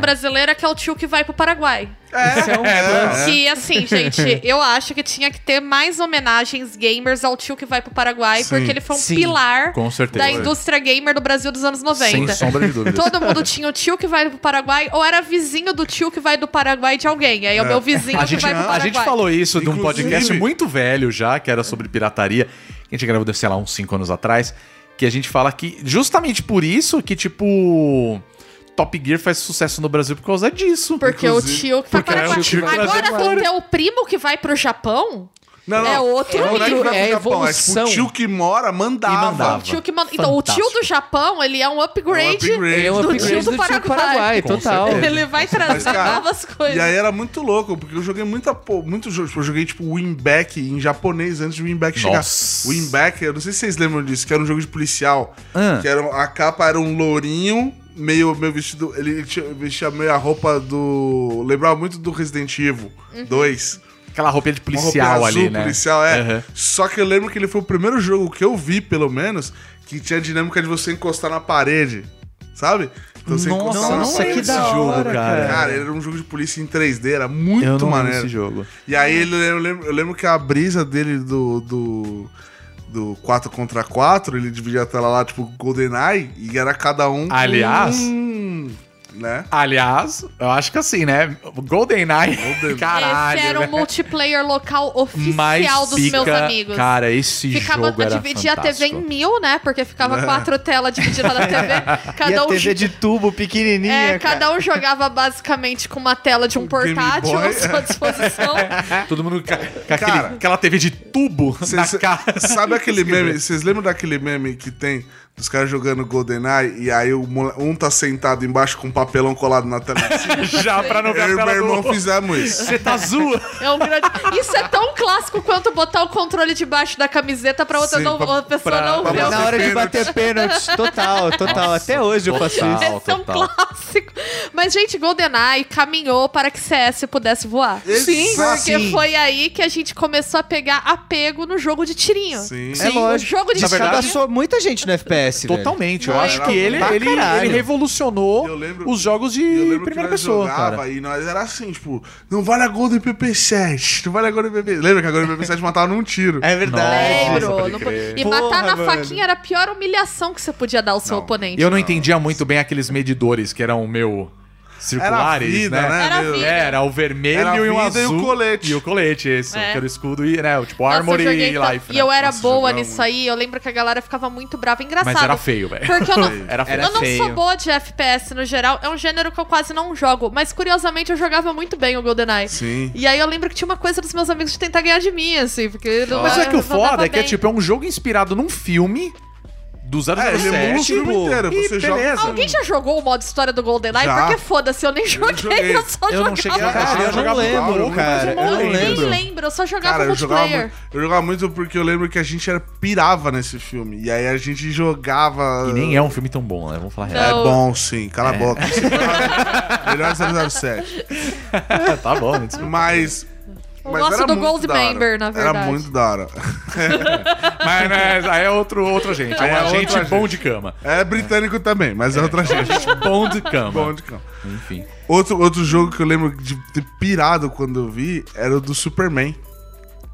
S4: cara.
S7: brasileira que é o tio que vai pro Paraguai.
S4: Isso é um plus.
S7: Que assim, gente, eu acho que tinha que ter mais homenagens gamers ao tio que vai pro Paraguai,
S6: Sim,
S7: porque ele foi um
S4: sim,
S7: pilar
S5: Com certeza.
S7: da indústria gamer do Brasil dos anos 90.
S5: Sem sombra de dúvida.
S7: Todo mundo tinha o tio que vai pro Paraguai ou era vizinho do tio que vai do Paraguai de alguém. Aí é o meu vizinho
S5: A
S7: que
S5: gente,
S7: vai pro
S5: a
S7: Paraguai.
S5: gente falou isso de um
S6: Inclusive-
S5: podcast muito velho já, que era sobre pirataria. Que a gente gravou, sei lá, uns 5 anos atrás. Que a gente fala que justamente por isso que, tipo, Top Gear faz sucesso no Brasil por causa disso.
S7: Porque o
S6: Inclusive-
S7: tio que vai pro
S5: Porque é o
S7: Paraguai.
S5: tio que vai
S7: Agora
S5: pro
S7: tu
S5: Paraguai.
S7: tem o primo que vai pro Japão?
S6: Não, não.
S7: É outro
S6: Não, não é que
S7: nível,
S6: vai pro
S4: é
S6: Japão,
S4: evolução.
S6: É, tipo, o tio que mora mandava.
S5: E mandava.
S7: O tio que manda... Então, o tio
S5: Fantástico.
S7: do Japão, ele é um upgrade,
S6: É um upgrade.
S4: Ele é um
S7: do
S4: upgrade
S7: tio do Paraguai.
S5: Com
S4: total.
S5: certeza.
S7: Ele vai
S6: Mas,
S7: trazer
S6: cara,
S7: novas coisas.
S6: E aí era muito louco, porque eu joguei muita, pô, muito jogo. Tipo, eu joguei tipo Winback em japonês antes de Winback chegar.
S5: Nossa.
S6: Winback, eu não sei se vocês lembram disso, que era um jogo de policial.
S5: Ah.
S6: Que era, a capa era um lourinho, meio, meio vestido. Ele tinha- vestia meio a roupa do. Lembrava muito do Resident Evil 2.
S5: Aquela roupinha de
S6: Uma
S5: policial
S6: roupa
S5: ali, né?
S6: policial, é.
S5: Uhum.
S6: Só que eu lembro que ele foi o primeiro jogo que eu vi, pelo menos, que tinha a dinâmica de você encostar na parede, sabe? Então você encostava na
S4: nossa,
S6: parede.
S4: que da hora, cara.
S6: Cara, ele era um jogo de polícia em 3D, era muito
S5: Eu não lembro
S6: maneiro.
S5: esse jogo.
S6: E aí ele- eu lembro, eu lembro que a brisa dele do, do, do 4 contra 4, ele dividia a tela lá, tipo, GoldenEye, e era cada um. com
S5: Aliás,
S6: um- né?
S5: Aliás, eu acho que assim, né? GoldenEye, caralho.
S7: Esse era
S5: né?
S7: o multiplayer local oficial
S5: Mas
S7: dos
S5: fica-
S7: meus amigos.
S5: Cara, esse
S7: Ficava,
S5: jogo era
S7: dividia a TV em
S5: fantástico.
S7: mil, né? Porque ficava quatro telas divididas na TV. Cada
S4: e a
S7: um
S4: TV de tubo pequenininha,
S7: É,
S4: cara.
S7: cada um jogava basicamente com uma tela de um portátil
S6: Boy.
S7: à sua disposição.
S5: Todo mundo ca- com
S6: É. Cara.
S5: aquele- aquela TV de tubo
S6: Cê-
S5: na
S6: cê-
S5: cara.
S6: Sabe aquele meme? Vocês lembram daquele meme que tem dos caras jogando GoldenEye e aí o mole- um tá sentado embaixo com um papelão colado na tela?
S5: Já pra não ver
S6: Eu e
S5: a
S6: meu
S5: tela do
S6: irmão
S5: outro.
S6: fizemos isso.
S5: Você tá zoando.
S7: É um grande... Isso é tão clássico quanto botar o controle debaixo da camiseta pra outra
S6: Sim,
S7: não-
S6: pra-
S7: outra pessoa
S5: pra-
S7: não
S6: pra
S7: ver. o-
S6: bater
S4: Na hora de bater pênalti, total, total. Até hoje eu faço isso.
S7: É tão clássico. Mas, gente, GoldenEye caminhou para que CS pudesse voar.
S6: Sim,
S7: Porque
S6: sim.
S7: foi aí que a gente começou a pegar apego no jogo de tirinho.
S6: Sim.
S4: É lógico.
S7: O jogo de
S4: Na
S7: tirinho.
S4: verdade, sou muita gente no FPS, velho.
S5: Totalmente. Eu
S7: Não,
S5: acho
S6: era
S5: que ele,
S4: pra
S5: ele,
S4: caralho.
S5: ele revolucionou
S6: Eu lembro-
S5: os jogos de
S6: Eu lembro
S5: É primeira
S6: que nós
S5: pessoa,
S6: jogava
S5: cara.
S6: e nós era assim, tipo, não vale a Golden PP7, não vale a Golden PP7. Lembra que a Golden PP7 matava num tiro?
S4: É verdade.
S7: Lembro.
S5: pode
S7: não po-
S5: crer.
S7: E
S4: Porra,
S7: matar na
S4: mano.
S7: faquinha era a pior humilhação que você podia dar ao seu oponente.
S5: Eu não entendia muito bem aqueles medidores que eram meu circulares,
S6: vida,
S5: né?
S6: né?
S7: Era
S6: meu?
S7: vida.
S5: Era o vermelho
S6: Era a
S5: e o
S6: vida
S5: azul.
S6: e o colete.
S5: E o colete, esse.
S7: É.
S5: Que era o escudo e, né, o tipo
S7: Nossa, eu
S5: armor e
S7: joguei
S5: life,
S7: tanto-
S5: né?
S7: E eu era
S6: Nossa,
S7: boa
S6: jogava
S7: nisso
S6: muito.
S7: aí. Eu lembro que a galera ficava muito brava. Engraçado.
S5: Mas era feio, velho.
S7: Porque eu não,
S5: Era feio.
S7: eu não
S4: Era
S7: sou
S4: feio.
S7: boa de FPS no geral. É um gênero que eu quase não jogo. Mas curiosamente eu jogava muito bem o GoldenEye.
S6: Sim.
S7: E aí eu lembro que tinha uma coisa dos meus amigos de tentar ganhar de mim, assim. Porque não-
S5: Mas é que o
S7: não dava
S5: foda é que é
S7: bem.
S5: tipo, é um jogo inspirado num filme do 007.
S6: É, ele emula o filme
S5: tipo,
S6: inteiro,
S5: e
S6: você joga-
S5: beleza.
S7: Alguém já jogou o modo história do GoldenEye?
S6: Já.
S7: Porque foda-se, eu nem joguei, eu,
S6: joguei.
S7: só
S5: Eu não
S7: jogava.
S5: cheguei a
S4: Cara, eu Ah, não
S5: jogava
S4: lembro,
S5: muito,
S4: cara.
S5: mas
S4: Eu não
S5: eu
S7: nem
S4: lembro.
S7: lembro, eu só jogava
S6: Cara, eu jogava,
S7: multiplayer.
S6: muito, eu jogava muito porque eu lembro que a gente era, pirava nesse filme. E aí a gente jogava.
S5: E nem é um filme tão bom, né? Vamos falar a
S6: É
S5: real.
S7: Não.
S6: bom, sim. Cala a
S7: é.
S6: boca. Melhor 007.
S5: tá bom, né? Desculpa.
S6: Mas.
S7: Eu
S6: mas
S7: gosto
S6: era
S7: do
S6: muito da hora.
S7: Goldmember, na
S6: Era
S7: verdade.
S6: muito da hora.
S5: Mas né, aí é outro, outra gente.
S6: Aí
S5: Aí
S6: é
S5: é
S6: outra
S5: gente
S6: gente.
S5: bom de cama.
S6: É britânico também, mas é outra gente.
S5: Bom de cama.
S6: Bom de campo.
S5: Enfim.
S6: Outro, outro jogo que eu lembro de ter pirado quando eu vi era o do Superman.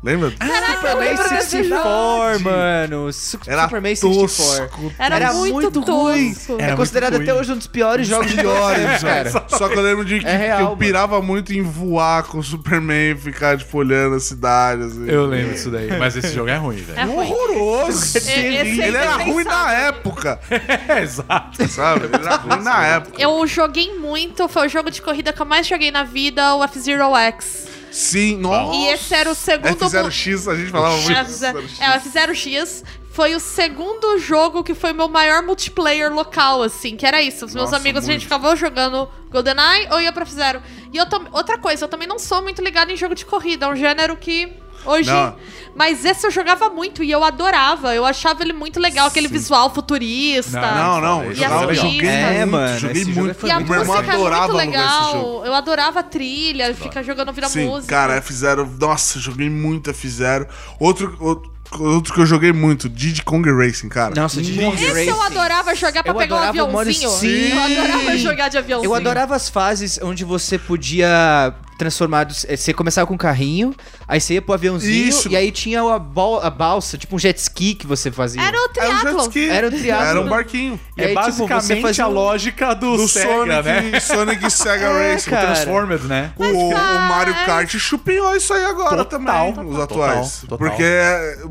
S6: Lembra?
S4: Ah, Superman
S7: lembro desse
S4: 64, mano. Su-
S6: Era
S4: Superman
S6: tosco.
S4: 64.
S7: Era muito
S4: ruim.
S7: tosco.
S4: É
S5: Era
S4: considerado
S5: muito
S4: até
S5: ruim.
S4: hoje um dos piores jogos de horas, cara.
S6: Só que eu lembro de que,
S4: É real,
S6: que eu
S4: mano.
S6: pirava muito em voar com o Superman, ficar, tipo, olhando a cidade, assim.
S5: Eu lembro disso daí. Mas esse jogo é ruim,
S7: É
S5: velho.
S7: ruim.
S6: Horroroso!
S7: É- esse aí
S6: Ele era
S7: foi
S6: ruim na
S7: pensado.
S6: época,
S5: É, exato.
S6: sabe? Ele era ruim na época.
S7: Eu joguei muito, foi o jogo de corrida que eu mais joguei na vida, o F-Zero X.
S6: Sim, nossa.
S7: E esse era o segundo...
S6: F0X, a gente falava muito.
S7: É,
S6: F0X.
S7: o F-Zero X foi o segundo jogo que foi meu maior multiplayer local, assim, que era isso. Os meus
S6: Nossa,
S7: amigos, a gente
S6: muito.
S7: ficava jogando GoldenEye ou ia pra F-Zero. E eu tam- outra coisa, eu também não sou muito ligada em jogo de corrida, é um gênero que hoje...
S6: Não.
S7: Mas esse eu jogava muito e eu adorava, eu achava ele muito legal, aquele visual futurista.
S6: Não, não, eu
S5: E
S6: jogava-
S7: as
S6: eu joguei
S7: pistas.
S4: É,
S6: muito,
S4: mano,
S6: joguei
S4: esse jogo
S6: muito.
S4: foi
S7: E a
S6: Meu irmão
S7: música era muito
S6: adorava alugar esse jogo.
S7: legal. Eu adorava a trilha, fica jogando ouvir a
S6: Sim,
S7: música.
S6: cara, é F0, nossa, joguei muito F0. Outro, outro, outro que eu joguei muito, Diddy Kong Racing, cara.
S4: Nossa, Diddy Kong
S7: Esse eu
S4: Racing.
S7: adorava jogar pra
S4: Eu
S7: pegar um
S4: adorava o modo
S7: aviãozinho.
S4: sim.
S7: Eu adorava jogar de aviãozinho.
S4: Eu adorava as fases onde você podia transformar. dos- eh, Você começava com um carrinho, aí você ia pro aviãozinho,
S6: Isso.
S4: e aí tinha a, bal- a balsa, tipo um jet ski que você
S5: Tipo,
S4: fazia.
S7: Era o
S6: Era um
S7: triatlo.
S6: jet ski.
S4: Era um triatlo.
S6: Era um barquinho.
S4: E aí,
S5: É
S4: tipo, você
S5: basicamente
S4: fazia
S5: a
S4: um-
S5: lógica do,
S6: Do
S5: Sega,
S6: Sonic,
S5: né? tipo,
S6: Sonic e Sega
S4: É,
S6: Racing.
S4: cara.
S5: Transformers, né?
S6: O, o Mario Kart chupinhou isso aí agora
S5: Total,
S6: também, os
S5: total,
S6: atuais.
S5: total.
S6: Porque,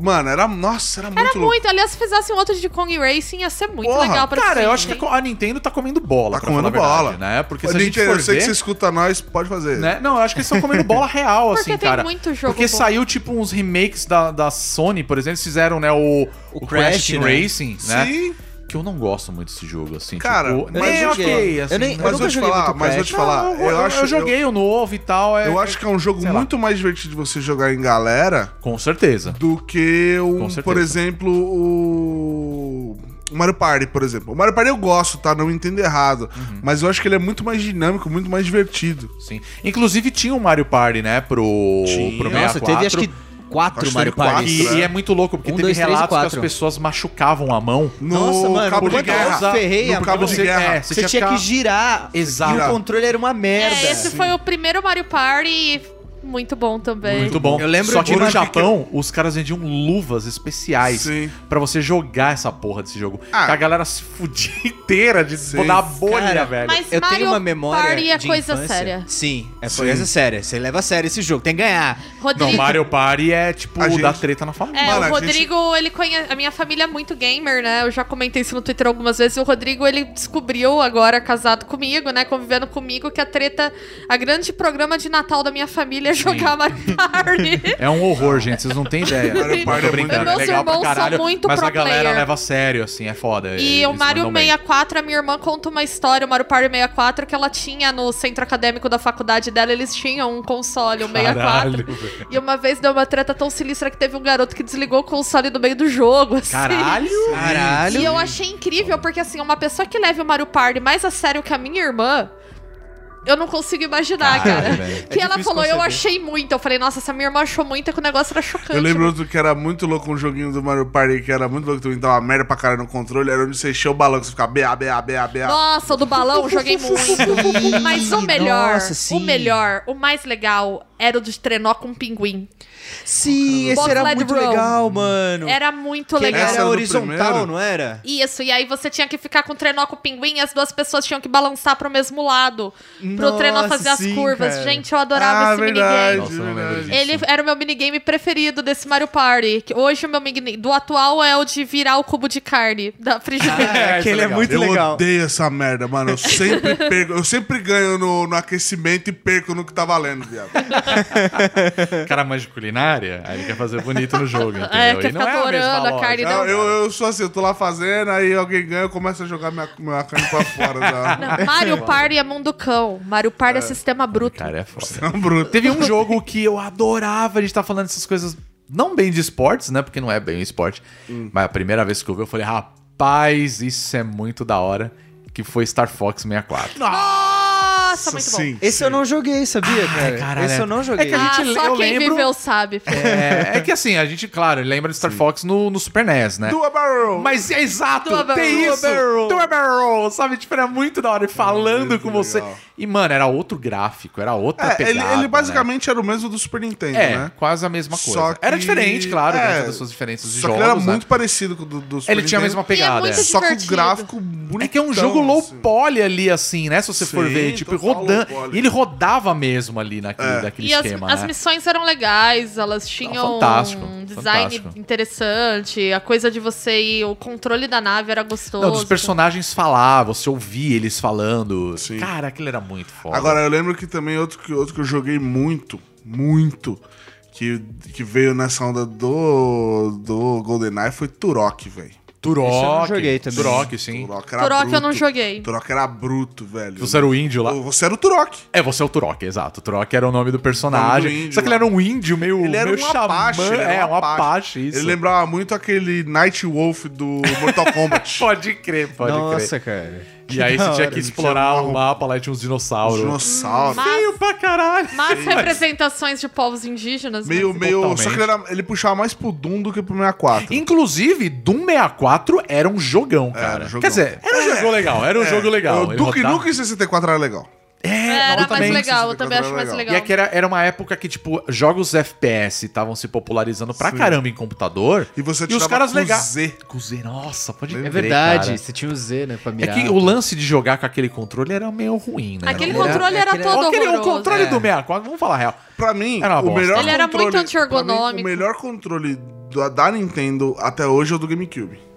S6: mano, era. Nossa, era muito
S7: Era
S6: louco.
S7: muito. Aliás, se fizessem outro de Kong Racing, ia ser muito
S6: Porra,
S7: legal pra
S5: Cara,
S7: assistir,
S5: eu acho que
S7: hein?
S5: a Nintendo tá comendo bola.
S6: Tá
S5: pra falar
S6: comendo
S5: a verdade,
S6: bola.
S5: Né? Porque se a gente
S6: Nintendo,
S5: for
S6: eu sei que você
S5: ver...
S6: escuta nós, pode fazer.
S5: Né? Não, eu acho que eles estão comendo bola real,
S7: Porque
S5: assim,
S7: tem
S5: cara.
S7: muito jogo
S5: Porque
S7: bom.
S5: saiu, tipo, uns remakes da, da Sony, por exemplo, eles fizeram, né, o, o Crash,
S4: Crash,
S5: Team
S4: né?
S5: Racing, né?
S6: Sim,
S5: Que eu não gosto muito desse jogo, assim.
S6: Cara,
S5: tipo,
S6: mas
S5: é
S6: eu
S5: ok,
S4: joguei.
S5: assim,
S4: Eu nem-
S5: né?
S6: mas
S4: nunca
S6: eu te
S4: joguei
S6: falar,
S4: muito
S6: mas eu
S4: Crash.
S6: te falar.
S5: Não, eu,
S6: eu, acho,
S5: eu joguei o novo e tal. é-
S6: Eu, acho que é um jogo
S5: Sei lá.
S6: muito mais divertido de você jogar em galera
S5: Com certeza.
S6: do que um,
S5: Com certeza.
S6: por exemplo, o o Mario Party, por exemplo. O Mario Party eu gosto, tá? Não entendo errado.
S5: Uhum.
S6: Mas eu acho que ele é muito mais dinâmico, muito mais divertido.
S5: Sim. Inclusive tinha o Mario Party, né, pro,
S6: Tinha.
S5: pro 64.
S4: Nossa, teve acho que
S6: Acho
S4: quatro
S6: que
S4: Mario
S6: teve quatro,
S4: Party.
S5: E,
S6: né?
S5: e é muito louco, porque
S4: Um,
S5: teve
S4: dois, três e
S5: relatos que as
S4: quatro.
S5: pessoas machucavam a mão.
S4: Nossa,
S6: no
S4: mano,
S6: Cabo de
S4: quanto eu
S6: Guerra.
S4: ferrei a
S6: no Cabo
S4: mão.
S6: de
S5: Você-
S6: Guerra.
S5: é,
S4: Você,
S5: tinha
S4: tinha
S5: que
S4: que girar.
S5: Exato.
S4: E o controle era uma merda.
S7: É, esse foi o primeiro Mario Party Muito bom também.
S5: Muito bom.
S4: Eu lembro
S5: Só
S4: de
S5: que no
S4: uma
S5: Japão, os caras vendiam luvas especiais
S6: Sim.
S5: pra você jogar essa porra desse jogo.
S6: Ah.
S5: Que a galera se fudia inteira de tipo,
S6: Sim.
S5: dar bolha,
S4: Cara,
S5: velho.
S7: Mas
S4: Eu
S7: Mario
S4: tenho uma memória.
S7: Party é
S4: de
S7: coisa
S4: infância-
S7: séria.
S4: Sim, é
S6: Sim.
S4: coisa séria. Você leva a sério esse jogo, tem que ganhar.
S7: Rodrigo,
S5: Não, Mario Party é tipo
S6: A gente-
S5: dar treta na família.
S7: É,
S6: Mano, a
S7: o Rodrigo, ele conhece. A minha família é muito gamer, né? Eu já comentei isso no Twitter algumas vezes. O Rodrigo, ele descobriu agora, casado comigo, né? Convivendo comigo, que a treta. A grande programa de Natal da minha família é jogar Mario Party.
S5: É um horror, gente. Vocês não têm ideia.
S6: Mario Party
S5: Eu tô
S6: é muito
S5: brincando,
S7: legal.
S5: é
S7: Meus
S5: legal pra
S7: irmãos são
S5: caralho.
S7: muito
S5: mas
S7: pro
S5: a galera
S7: player.
S5: leva a sério, assim, é foda.
S7: E
S5: Eles
S7: o Mario
S5: mandam bem.
S7: 64, a minha irmã conta uma história, o Mario Party 64, que ela tinha no centro acadêmico da faculdade dela, eles tinham um console, um 64.
S5: Caralho, velho.
S7: E uma vez deu uma treta tão sinistra que teve um garoto que desligou o console no meio do jogo, assim.
S5: Caralho!
S4: Caralho.
S7: E eu achei incrível, porque assim, uma pessoa que leva o Mario Party mais a sério que a minha irmã, eu não consigo imaginar,
S5: Caralho,
S7: cara.
S5: velho.
S7: Que
S5: É
S7: ela
S5: difícil
S7: falou, eu
S5: conceber.
S7: achei muito. Eu falei, nossa, essa minha irmã achou muito, é que o negócio era chocante.
S6: Eu lembro outro que era muito louco, um joguinho do Mario Party que era muito louco, também dava uma merda pra caralho no controle, era onde você encheu o balão, que você ficava BA, BA, BA, BA.
S7: Nossa, o do balão joguei muito. Mas o melhor,
S4: nossa, sim.
S7: o melhor, o mais legal era o do trenó com pinguim.
S4: Sim, esse
S7: Bob
S4: era
S7: Led
S4: muito
S7: Roll.
S4: legal, mano.
S7: Era muito
S4: Que
S7: legal.
S6: Essa
S4: Era
S6: do
S4: horizontal,
S6: primeiro?
S4: não era?
S7: Isso, e aí você tinha que ficar com o trenó com o pinguim e as duas pessoas tinham que balançar pro mesmo lado. pro
S4: Nossa,
S7: trenó fazer as
S4: sim,
S7: curvas.
S4: cara.
S7: Gente, eu adorava
S6: Ah,
S7: esse
S6: verdade.
S7: minigame.
S5: Nossa, eu não lembro disso.
S7: Ele era o meu minigame preferido desse Mario Party. que Hoje o meu minigame do atual é o de virar o cubo de carne da frigideira.
S5: É,
S4: aquele
S5: isso é
S4: é muito
S6: eu
S4: legal.
S6: odeio essa merda, mano. Eu sempre perco. Eu sempre ganho no, no aquecimento e perco no que tá valendo, viado.
S5: O cara mais de culinária, aí ele quer fazer bonito no jogo, entendeu?
S7: É, quer
S5: E não
S7: ficar
S5: é a mesma
S7: adorando a
S5: lógica.
S7: carne
S6: Eu, eu, eu sou assim, eu tô lá fazendo, aí alguém ganha, eu começo a jogar minha, minha carne pra fora. Tá?
S7: Mario Party é mundo cão. Mario Party é sistema bruto.
S5: Cara, é foda.
S6: É um bruto.
S5: Teve um jogo que eu adorava, a gente tá falando essas coisas não bem de esportes, né? Porque não é bem esporte. Mas a primeira vez que eu vi, eu falei, rapaz, isso é muito da hora. Que foi Star Fox 64.
S7: Nossa, muito bom.
S6: Sim.
S4: Esse eu não joguei, sabia, cara?
S5: caralho,
S4: Esse
S5: é-
S4: eu não joguei.
S5: que a gente-
S7: Ah,
S5: le-
S7: só
S5: eu
S7: quem
S5: lembro-
S7: viveu sabe. filho.
S5: É, é que assim, a gente, claro, lembra de Star Fox no, no Super NES, né?
S6: Do a barrel.
S5: Mas é exato,
S7: Double
S5: tem
S7: roll.
S5: isso. Double roll, sabe? Tipo, era muito da hora. E falando com
S6: É legal.
S5: você. E, mano, era outro gráfico, era outra
S6: É,
S5: pegada.
S6: ele, ele
S5: né?
S6: basicamente era o mesmo do Super Nintendo,
S5: É,
S6: né?
S5: quase a mesma coisa.
S6: Só
S5: Era
S6: que-
S5: diferente, claro,
S6: é,
S5: dentro das suas diferenças de
S6: Só que
S5: jogos.
S6: ele era
S5: né?
S6: muito parecido com o do, do Super
S5: Ele tinha a
S6: Nintendo,
S5: mesma pegada.
S7: muito
S5: é.
S7: dif-
S6: Só que o
S7: divertido.
S6: gráfico bonito.
S5: É que é um jogo low poly ali, assim, né? Se você for
S6: Sim,
S5: ver, tipo,
S6: total low
S5: rodando.
S6: poly. É.
S5: E ele rodava mesmo ali naquele, naquele
S7: E as,
S5: esquema,
S7: as
S5: né? Ah,
S7: missões eram legais, elas tinham
S5: fantástico,
S7: um design
S5: fantástico.
S7: interessante, a coisa de você ir, o controle da nave era gostoso.
S5: Não, dos personagens falar, você ouvir eles falando.
S6: Sim.
S5: Cara, aquilo era muito foda.
S6: Agora, eu lembro que também outro que, outro que eu joguei muito, muito, que, que veio nessa onda do, do GoldenEye foi Turok, velho.
S5: Turok.
S4: Esse eu não joguei também.
S5: Turok, sim.
S6: Turok era
S7: Turok eu não
S6: bruto.
S7: joguei.
S6: Turok era bruto, velho.
S5: Você era o índio lá?
S6: Você era o Turok.
S5: É, você é o Turok, exato. O Turok era o nome do
S6: Nome
S5: personagem.
S6: do índio.
S5: Só que ele era um índio meio,
S6: Ele era
S5: meio
S6: um
S5: xamã.
S6: apache. ele era
S5: é, um apache, isso.
S6: Ele é lembrava muito aquele Night Wolf do Mortal Kombat.
S5: Pode crer, pode
S4: Nossa,
S5: crer.
S4: cara.
S5: E aí você
S4: da
S5: tinha
S4: hora.
S5: que explorar o mapa lá e tinha uns dinossauros.
S6: Dinossauro.
S7: Hum, Mas,
S5: Feio pra caralho.
S7: mas representações de povos indígenas. né?
S6: Meio, meio. Só
S5: Totalmente.
S6: que ele, era- ele puxava mais pro Doom do que pro 64.
S5: Inclusive, Doom 64 era um jogão, cara.
S6: um jogão. É.
S5: Quer dizer, era um jogo legal, era um jogo legal.
S6: O
S5: Ele
S6: Duke
S5: rodava-
S6: Nukem 64 era legal.
S5: É,
S7: Era mais
S5: também.
S7: legal,
S6: 64
S7: eu também acho mais
S6: era
S7: legal.
S5: E é que era, era uma época que, tipo, jogos FPS estavam se popularizando pra caramba em computador.
S6: E você
S5: e os
S6: atirava
S5: caras
S6: com
S5: legais.
S6: Z.
S5: Com Z, nossa, pode
S4: É
S5: crer,
S4: verdade,
S5: cara.
S4: você tinha o Z, né, pra
S5: É
S4: mirar.
S5: que o lance de jogar com aquele controle era meio ruim, né?
S7: Aquele
S5: era um-
S4: Era-
S7: controle era,
S4: aquele-
S7: todo
S5: Aquele o
S7: horroroso.
S5: controle
S4: É.
S5: do 64, vamos falar a real.
S6: Pra mim,
S5: Era uma
S6: o
S5: bosta.
S6: melhor
S7: Ele era muito
S6: controle-
S7: anti-ergonômico.
S6: pra mim, O melhor controle da, da Nintendo até hoje é o do GameCube.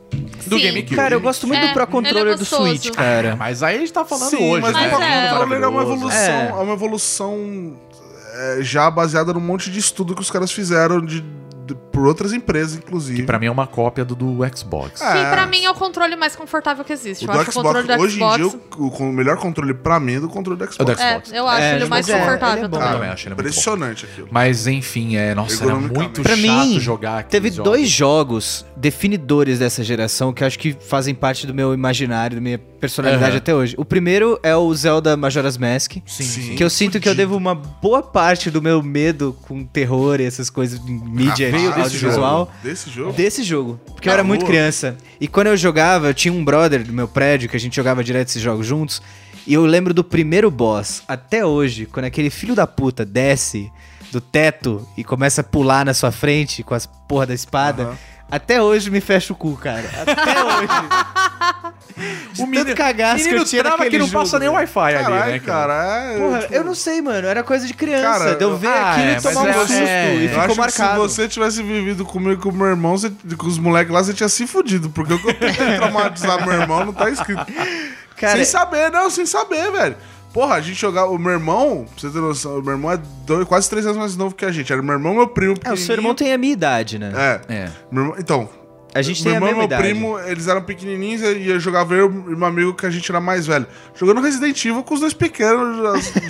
S5: Do
S7: Sim.
S5: GameCube.
S4: Cara, eu gosto muito
S7: É,
S4: do Pro
S7: ele é
S4: Controller do
S7: gostoso.
S4: Switch, cara.
S5: Mas aí a gente tá falando hoje,
S6: mas
S5: né?
S6: o
S7: Mas
S6: Pro
S7: é.
S6: controle é uma
S5: Maravilhoso. né?
S6: evolução, é. uma evolução é, já baseada num monte de estudo que os caras fizeram de, de- por outras empresas, inclusive.
S5: Pra mim é uma cópia do, do Xbox.
S7: Que
S6: É.
S7: pra mim é o controle mais confortável que existe.
S6: o
S7: eu acho
S6: do
S7: o controle
S6: Xbox,
S7: do
S6: hoje em
S7: Xbox.
S6: dia, o, o melhor controle pra mim é do controle do Xbox. Ah,
S5: É o do Xbox.
S7: É, eu acho
S4: É,
S7: ele o mais
S4: mas é-
S7: confortável
S4: ele é bom.
S5: Eu
S7: também.
S5: também acho ele muito bom.
S6: Impressionante aquilo.
S5: Mas enfim, é, nossa, era
S6: Ergonomicamente.
S5: muito
S4: Pra
S5: chato
S4: mim,
S5: jogar aqueles
S4: Teve
S5: jogos.
S4: dois jogos definidores dessa geração que eu acho que fazem parte do meu imaginário, da minha personalidade
S5: Aham.
S4: até hoje. O primeiro é o Zelda Majora's Mask.
S5: Sim.
S6: Sim.
S4: Que eu sinto que eu devo uma boa parte do meu medo com terror e essas coisas é de
S5: Ah,
S4: mídia e
S6: Rapaz, desse
S4: audiovisual
S6: jogo, Desse jogo?
S4: desse jogo. Porque eu
S6: Tá
S4: era muito
S6: louco.
S4: criança. E quando eu jogava, eu tinha um brother do meu prédio que a gente jogava direto esses jogos juntos. E eu lembro do primeiro boss, até hoje, quando aquele filho da puta desce do teto e começa a pular na sua frente com as porra da espada. Até hoje me fecha o cu, cara. Até hoje. De
S5: O
S4: tanto
S5: menino-
S4: cagaço que Ah, eu tinha
S5: trava que
S4: naquele
S5: não
S4: jogo,
S5: passa nem
S4: velho.
S5: Wi-Fi ali, né,
S6: Caralho,
S5: cara?
S6: cara. é,
S4: Porra,
S6: tipo,
S4: eu não sei, mano. Era coisa de criança.
S6: Cara,
S4: de eu ver
S5: ah,
S4: aquilo
S5: é,
S4: e tomar
S5: mas
S4: um
S5: é-
S4: susto.
S5: é,
S4: e
S5: eu
S6: Eu
S4: ficou
S6: acho que
S4: marcado.
S6: se você tivesse vivido comigo e com meu irmão, você- com os moleques lá, você tinha se fudido. Porque eu tentei traumatizar meu irmão, não tá escrito.
S4: Cara,
S6: sem saber, não, sem saber, velho. Porra, a gente jogava. O meu irmão, pra você ter noção, o meu irmão é dois, quase três anos mais novo que a gente. Era meu irmão e meu primo.
S4: é, o seu irmão tem a minha idade, né?
S6: É.
S5: É.
S6: Meu irmão- então.
S4: A gente
S6: meu
S4: tem a
S6: irmão e
S4: mesma
S6: meu
S4: idade.
S6: primo, eles eram pequenininhos e eu jogava eu e meu amigo que a gente era mais velho. Jogando Resident Evil com os dois pequenos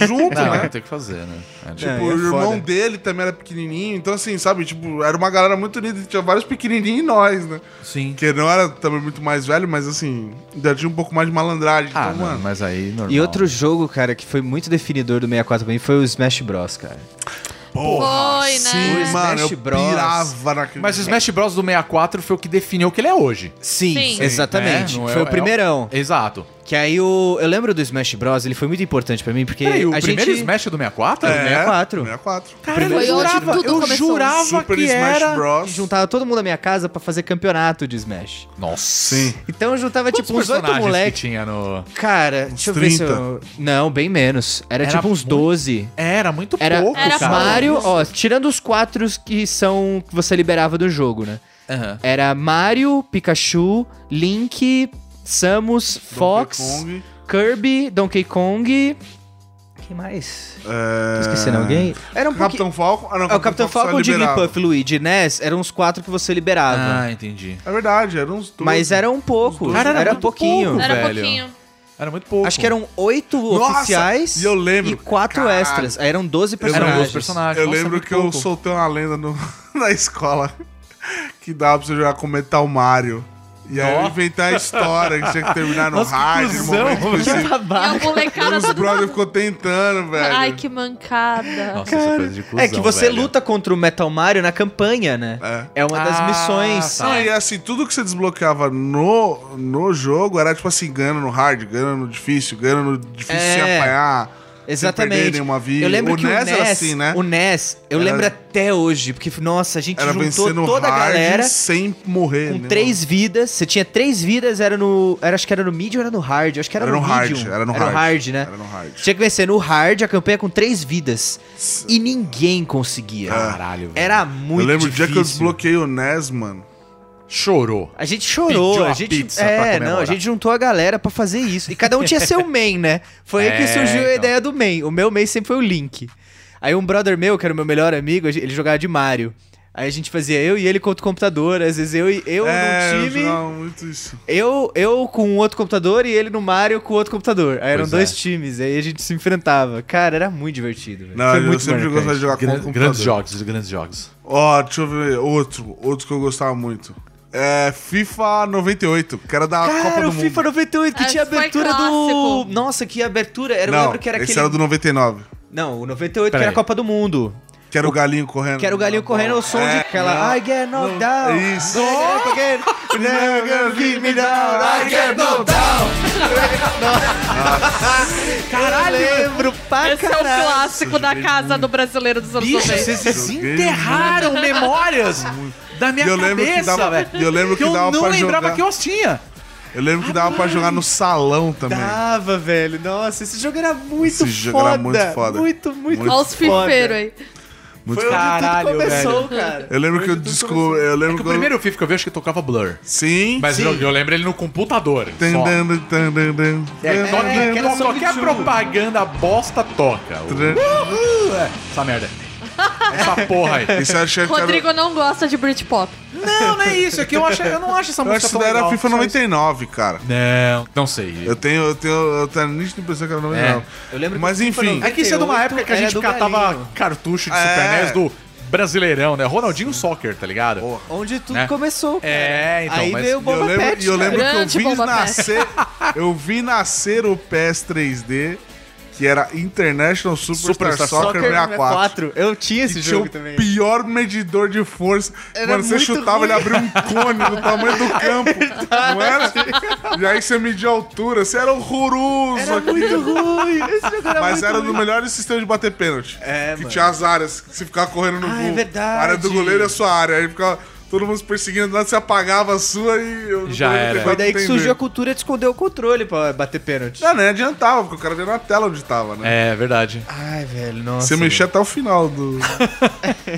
S6: junto,
S5: Não,
S6: né?
S5: tem que fazer, né? É,
S6: Tipo,
S4: É,
S6: o
S4: é
S6: irmão
S4: foda.
S6: dele também era pequenininho. Então, assim, sabe? Tipo, era uma galera muito unida. Tinha vários pequenininhos e nós, né?
S4: É.
S5: Sim.
S6: Que não era também muito mais velho, mas assim, ainda tinha um pouco mais de malandragem.
S5: Ah,
S6: então,
S5: não,
S6: mano.
S5: mas aí normal.
S4: E outro jogo, cara, que foi muito definidor do 64 pra mim foi o Smash Bros, cara.
S7: Foi, né?
S6: Sim, mano, eu
S4: Smash Bros.
S6: pirava naquele.
S5: Mas o Smash Bros do 64 foi o que definiu o que ele é hoje.
S4: Sim,
S7: Sim.
S4: exatamente.
S5: Né? Não é-
S4: foi
S5: é
S4: o primeirão.
S5: Exato.
S4: Que aí o. Eu lembro do Smash Bros, ele foi muito importante pra mim, porque.
S5: Peraí, o
S4: a
S5: primeiro
S4: gente...
S5: Smash do 64?
S6: É,
S4: 64.
S6: 64.
S5: Cara, eu
S7: Foi onde
S5: jurava,
S7: tudo
S5: eu
S7: começou.
S5: jurava
S6: Super
S5: que
S6: Smash
S5: era...
S6: Bros.
S4: Juntava todo mundo na minha casa pra fazer campeonato de Smash.
S5: Nossa.
S6: Sim.
S4: Então eu juntava
S5: Quantos
S4: tipo uns oito
S5: personagens
S4: moleques.
S5: que tinha no...
S4: Cara, deixa eu ver se
S6: 30.
S4: eu. Não, bem menos. Era,
S5: Era
S4: tipo uns
S5: muito-
S4: 12.
S5: É, Era muito
S4: Era,
S5: pouco,
S4: era
S5: cara.
S4: Mario, ó, tirando os quatro que são. que você liberava do jogo, né?
S5: Aham.
S4: Era Mario, Pikachu, Link, Samus, Fox,
S6: Donkey Kong,
S4: Kirby, Donkey Kong. Quem mais?
S6: é,
S4: Tô esquecendo alguém? Era um pouquinho.
S6: Capitão Falcon. Ah, não,
S4: É, o Capitão Falcon,
S6: só liberava.
S4: Jigglypuff, Luigi, Ness, eram uns quatro que você liberava.
S5: Ah, entendi.
S6: É verdade, eram uns dois.
S4: mas era um pouco.
S5: Cara, era
S4: era
S5: muito
S4: pouquinho.
S5: pouco.
S7: Era um
S5: velho.
S7: pouquinho.
S5: Era muito pouco.
S4: Acho que um eram oito
S6: Nossa,
S4: oficiais
S6: e eu lembro.
S4: e quatro
S6: Caralho.
S4: extras. Aí eram 12 personagens.
S5: Eram dois
S4: Ah,
S5: personagens.
S6: Eu
S5: Nossa,
S6: lembro
S5: muito
S6: que eu
S5: pouco.
S6: soltei uma lenda no- na escola que dava pra você jogar com Metal Mario. E aí eu
S5: Ó.
S6: inventar a história que tinha que terminar no
S5: Nossa, que
S6: hard. no
S5: cuzão,
S6: momento
S5: mano.
S6: específico.
S7: E a molecada
S6: Os
S7: tudo.
S6: brother ficou tentando, velho.
S7: Ai, que mancada.
S5: Nossa, essa coisa de
S4: É que
S5: cuzão,
S4: você
S5: velho.
S4: luta contra o Metal Mario na campanha, né? É, uma das
S5: Ah,
S4: missões.
S5: tá.
S6: Não, e assim, tudo que você desbloqueava no, no jogo era tipo assim, ganha no hard, ganha no difícil, ganha no difícil
S4: É.
S6: sem apanhar. Sem perder
S4: Exatamente.
S6: nenhuma vida.
S4: Eu lembro
S6: o
S4: que
S6: NES
S4: o NES,
S6: era assim, né?
S4: O NES, eu
S6: Era-
S4: lembro até hoje, porque, nossa, a gente
S6: Era vencer
S4: juntou
S6: no
S4: toda a
S6: hard
S4: galera
S6: sem morrer.
S4: com
S6: né,
S4: três vidas. Você tinha três vidas, era no. Era, acho que era no medium ou era no hard? Acho que era,
S6: Era
S4: no,
S6: no hard,
S4: medium.
S6: era no hard.
S4: né?
S6: Era no hard.
S4: Tinha que vencer no hard a campanha com três vidas. E ninguém conseguia.
S5: Caralho, velho.
S4: Era muito
S6: Ah. eu lembro o dia que eu
S4: difícil.
S6: desbloqueei o NES, mano.
S5: Chorou.
S4: A gente chorou,
S5: Pediu
S4: a
S5: uma
S4: gente
S5: pizza pra
S4: é,
S5: comemorar.
S4: não, a gente juntou a galera pra fazer isso. E cada um tinha seu main, né? Foi aí que
S5: É,
S4: surgiu a
S5: então.
S4: ideia do main. O meu main sempre foi o Link. Aí um brother meu, que era o meu melhor amigo, a gente- ele jogava de Mario. Aí a gente fazia eu e ele contra o computador, às vezes eu e eu
S6: é,
S4: num
S6: eu
S4: time,
S6: jogava muito isso.
S4: eu, eu com um outro computador e ele no Mario com outro computador. Aí eram
S5: Pois
S4: dois
S5: é.
S4: times, aí a gente se enfrentava. Cara, era muito divertido, velho.
S6: Não,
S5: é
S4: Foi
S6: eu
S4: muito
S6: sempre
S4: marcante.
S6: gostava de jogar com
S5: Gran-
S6: o computador.
S5: grandes jogos, grandes jogos.
S6: Ó, deixa eu ver outro, outro que eu gostava muito. É FIFA 98, que era da Copa
S4: Cara,
S6: do
S4: o
S6: Mundo.
S4: FIFA 98 que
S7: Ah,
S4: tinha
S7: foi
S4: abertura do.
S7: clássico.
S4: Nossa, que abertura. Era, eu
S6: Não,
S4: lembro que era
S6: esse
S4: aquele.
S6: era do 99,
S4: Não, o 98
S5: Pera
S4: que era
S5: aí.
S4: a Copa do Mundo.
S6: que era o galinho correndo.
S4: Que era o galinho correndo ao som de aquela. I get knocked down.
S6: É, Isso.
S4: I get up again. You never gonna keep me down. I get knocked down. Caralho. Eu lembro pra
S7: Esse é o
S4: caralho.
S7: clássico da casa do brasileiro dos anos 90.
S5: vocês
S6: Joguei
S5: memórias da minha
S6: E eu lembro que dava- e eu lembro que dava pra jogar.
S5: eu as tinha. É
S6: Eu lembro que dava pra
S4: Ah,
S6: jogar no salão também.
S4: Dava, velho. Nossa, esse jogo era muito
S6: Esse
S4: foda.
S6: jogo era muito foda.
S4: Muito, muito
S7: Olha os
S4: foda.
S7: fifeiros aí.
S6: Muito
S4: Foi onde
S6: foda.
S5: Caralho,
S4: tudo começou, cara.
S6: Eu lembro que eu descobri.
S4: É
S6: Eu lembro
S5: Porque o
S6: que eu-
S5: primeiro FIFA que eu vi, acho que tocava Blur.
S6: Sim.
S5: Mas
S6: sim.
S5: eu, eu lembro ele no computador.
S6: Tan,
S5: só.
S6: tan, tan, tan, tan, tan.
S5: É, toque-
S4: é, que era
S5: qualquer
S4: só
S5: qualquer
S4: YouTube.
S5: propaganda bosta toca.
S6: Tran-
S5: Uh, é, essa merda. Essa porra aí.
S6: Isso eu achei que era.
S7: Rodrigo não gosta de Britpop.
S5: Não, não é isso. É que eu, acho, eu não acho essa
S6: Eu acho que isso daí era FIFA 99, cara.
S5: Não, não sei.
S6: Eu tenho, eu tenho, eu tenho a nítida impressão que era 99.
S4: É. Eu lembro que
S6: Mas
S4: o FIFA
S6: enfim.
S4: 98
S5: É que isso é de uma época que a
S4: era
S5: gente
S4: do
S5: catava
S4: Galinho.
S5: cartucho de
S6: É.
S5: Super NES do Brasileirão, né? Ronaldinho Soccer, tá ligado?
S4: Onde tudo
S5: Né?
S4: começou, cara.
S5: É, então,
S4: Aí
S5: mas-
S4: veio o
S5: E
S6: E eu
S5: eu
S4: Bomba
S6: lembro,
S4: Pet,
S6: e eu lembro que eu
S7: Grande
S6: vi
S7: Bomba Pet.
S6: nascer. eu vi nascer o PS 3D que era International Superstar,
S5: Superstar
S6: Soccer 64.
S4: Eu tinha esse
S6: E tinha
S4: jogo
S6: o
S4: também.
S6: pior medidor de força.
S4: Era
S6: Mano, você
S4: muito
S6: chutava,
S4: ruim.
S6: ele abria um cone do tamanho do campo. não era? E aí você media a altura, você era horroroso. aquilo.
S4: ruim. Esse jogo era É
S6: Mas
S4: muito
S6: era do
S4: ruim.
S6: melhor sistema de bater pênalti.
S4: É,
S6: que
S4: mano.
S6: tinha as áreas, que você ficava correndo no
S4: Ah,
S6: gol.
S4: é verdade.
S6: A área do goleiro é a sua área. Aí ficava todo mundo se perseguindo, nada, você apagava a sua e... Eu
S5: Já era.
S4: Foi daí que surgiu a cultura de esconder o controle pra bater pênalti.
S6: Não, nem adiantava, porque o cara via na tela onde tava, né?
S5: É, verdade.
S4: Ai, velho, nossa.
S6: Você mexia até o final do...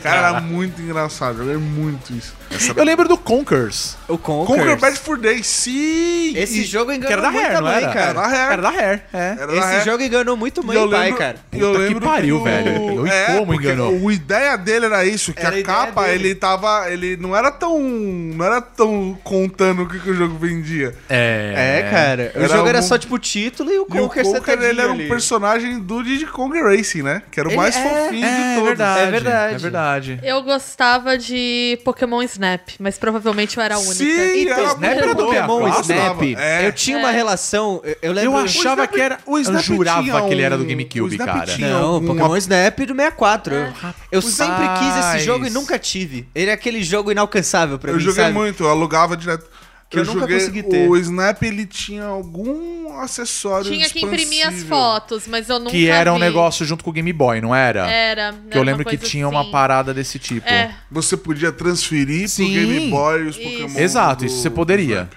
S6: cara, era muito engraçado. Joguei muito isso.
S5: Eu lembro do Conkers.
S4: O Conquer.
S6: Conquer Bad for Day, sim!
S4: Esse jogo
S5: Que era
S4: enganou
S5: da
S4: muito
S5: Rare,
S4: a
S5: não
S4: mãe,
S5: era?
S4: cara.
S6: Era da Rare.
S5: Era da Rare, é.
S6: Era da
S4: Esse
S6: Rare.
S4: jogo enganou muito mãe e pai, cara.
S6: E eu
S5: Puta que
S6: lembro
S5: pariu,
S6: o-
S5: velho. E
S6: É,
S5: como
S6: porque
S5: enganou?
S6: O, a ideia dele era isso, que
S4: Era a
S6: a
S4: ideia
S6: capa,
S4: dele.
S6: ele tava. Ele não era tão. Não era tão contando o que, que o jogo vendia.
S5: É.
S4: É, cara. O
S6: Era
S4: jogo era
S6: um-
S4: só, tipo, o título e o
S6: E o
S4: Conker
S6: Conker, ele era um
S4: ali.
S6: personagem do Diddy Kong Racing, né? Que era o
S4: Ele
S6: mais
S4: é-
S6: fofinho de
S5: É
S6: todos.
S5: verdade,
S4: É verdade.
S5: É verdade.
S7: Eu gostava de Pokémon Snap, mas provavelmente eu era a única.
S6: Sim,
S4: Então,
S6: era
S4: Snap
S6: muito
S4: era do
S6: bom.
S4: Pokémon,
S6: Gostava.
S4: Snap.
S6: É.
S4: Eu tinha uma
S7: É.
S4: relação. eu- Eu lembro.
S5: Eu achava que era.
S6: o Snap
S5: eu jurava
S6: tinha
S5: que ele era do
S6: um- o
S5: GameCube,
S6: Snap
S5: cara.
S6: tinha-
S4: Não,
S6: um-
S4: Pokémon Snap do 64. Eu, eu sempre quis esse
S5: Rapaz.
S4: jogo e nunca tive. Ele é aquele jogo inalcançável pra
S6: Eu
S4: mim,
S6: joguei
S4: sabe?
S6: muito, eu alugava direto.
S4: Que eu nunca
S6: joguei-
S4: consegui ter.
S6: O Snap, ele tinha algum acessório
S7: Tinha que imprimir as
S6: expansível.
S7: fotos, mas eu nunca
S5: Que era um
S7: vi. É,
S5: negócio junto com o Game Boy, não era?
S7: Era. né,
S5: Que eu lembro que tinha
S7: assim.
S5: uma parada desse tipo.
S7: É.
S6: Você podia transferir
S5: Sim.
S6: pro Game Boy os
S7: Isso.
S6: Pokémon. do-
S5: Exato, isso você poderia.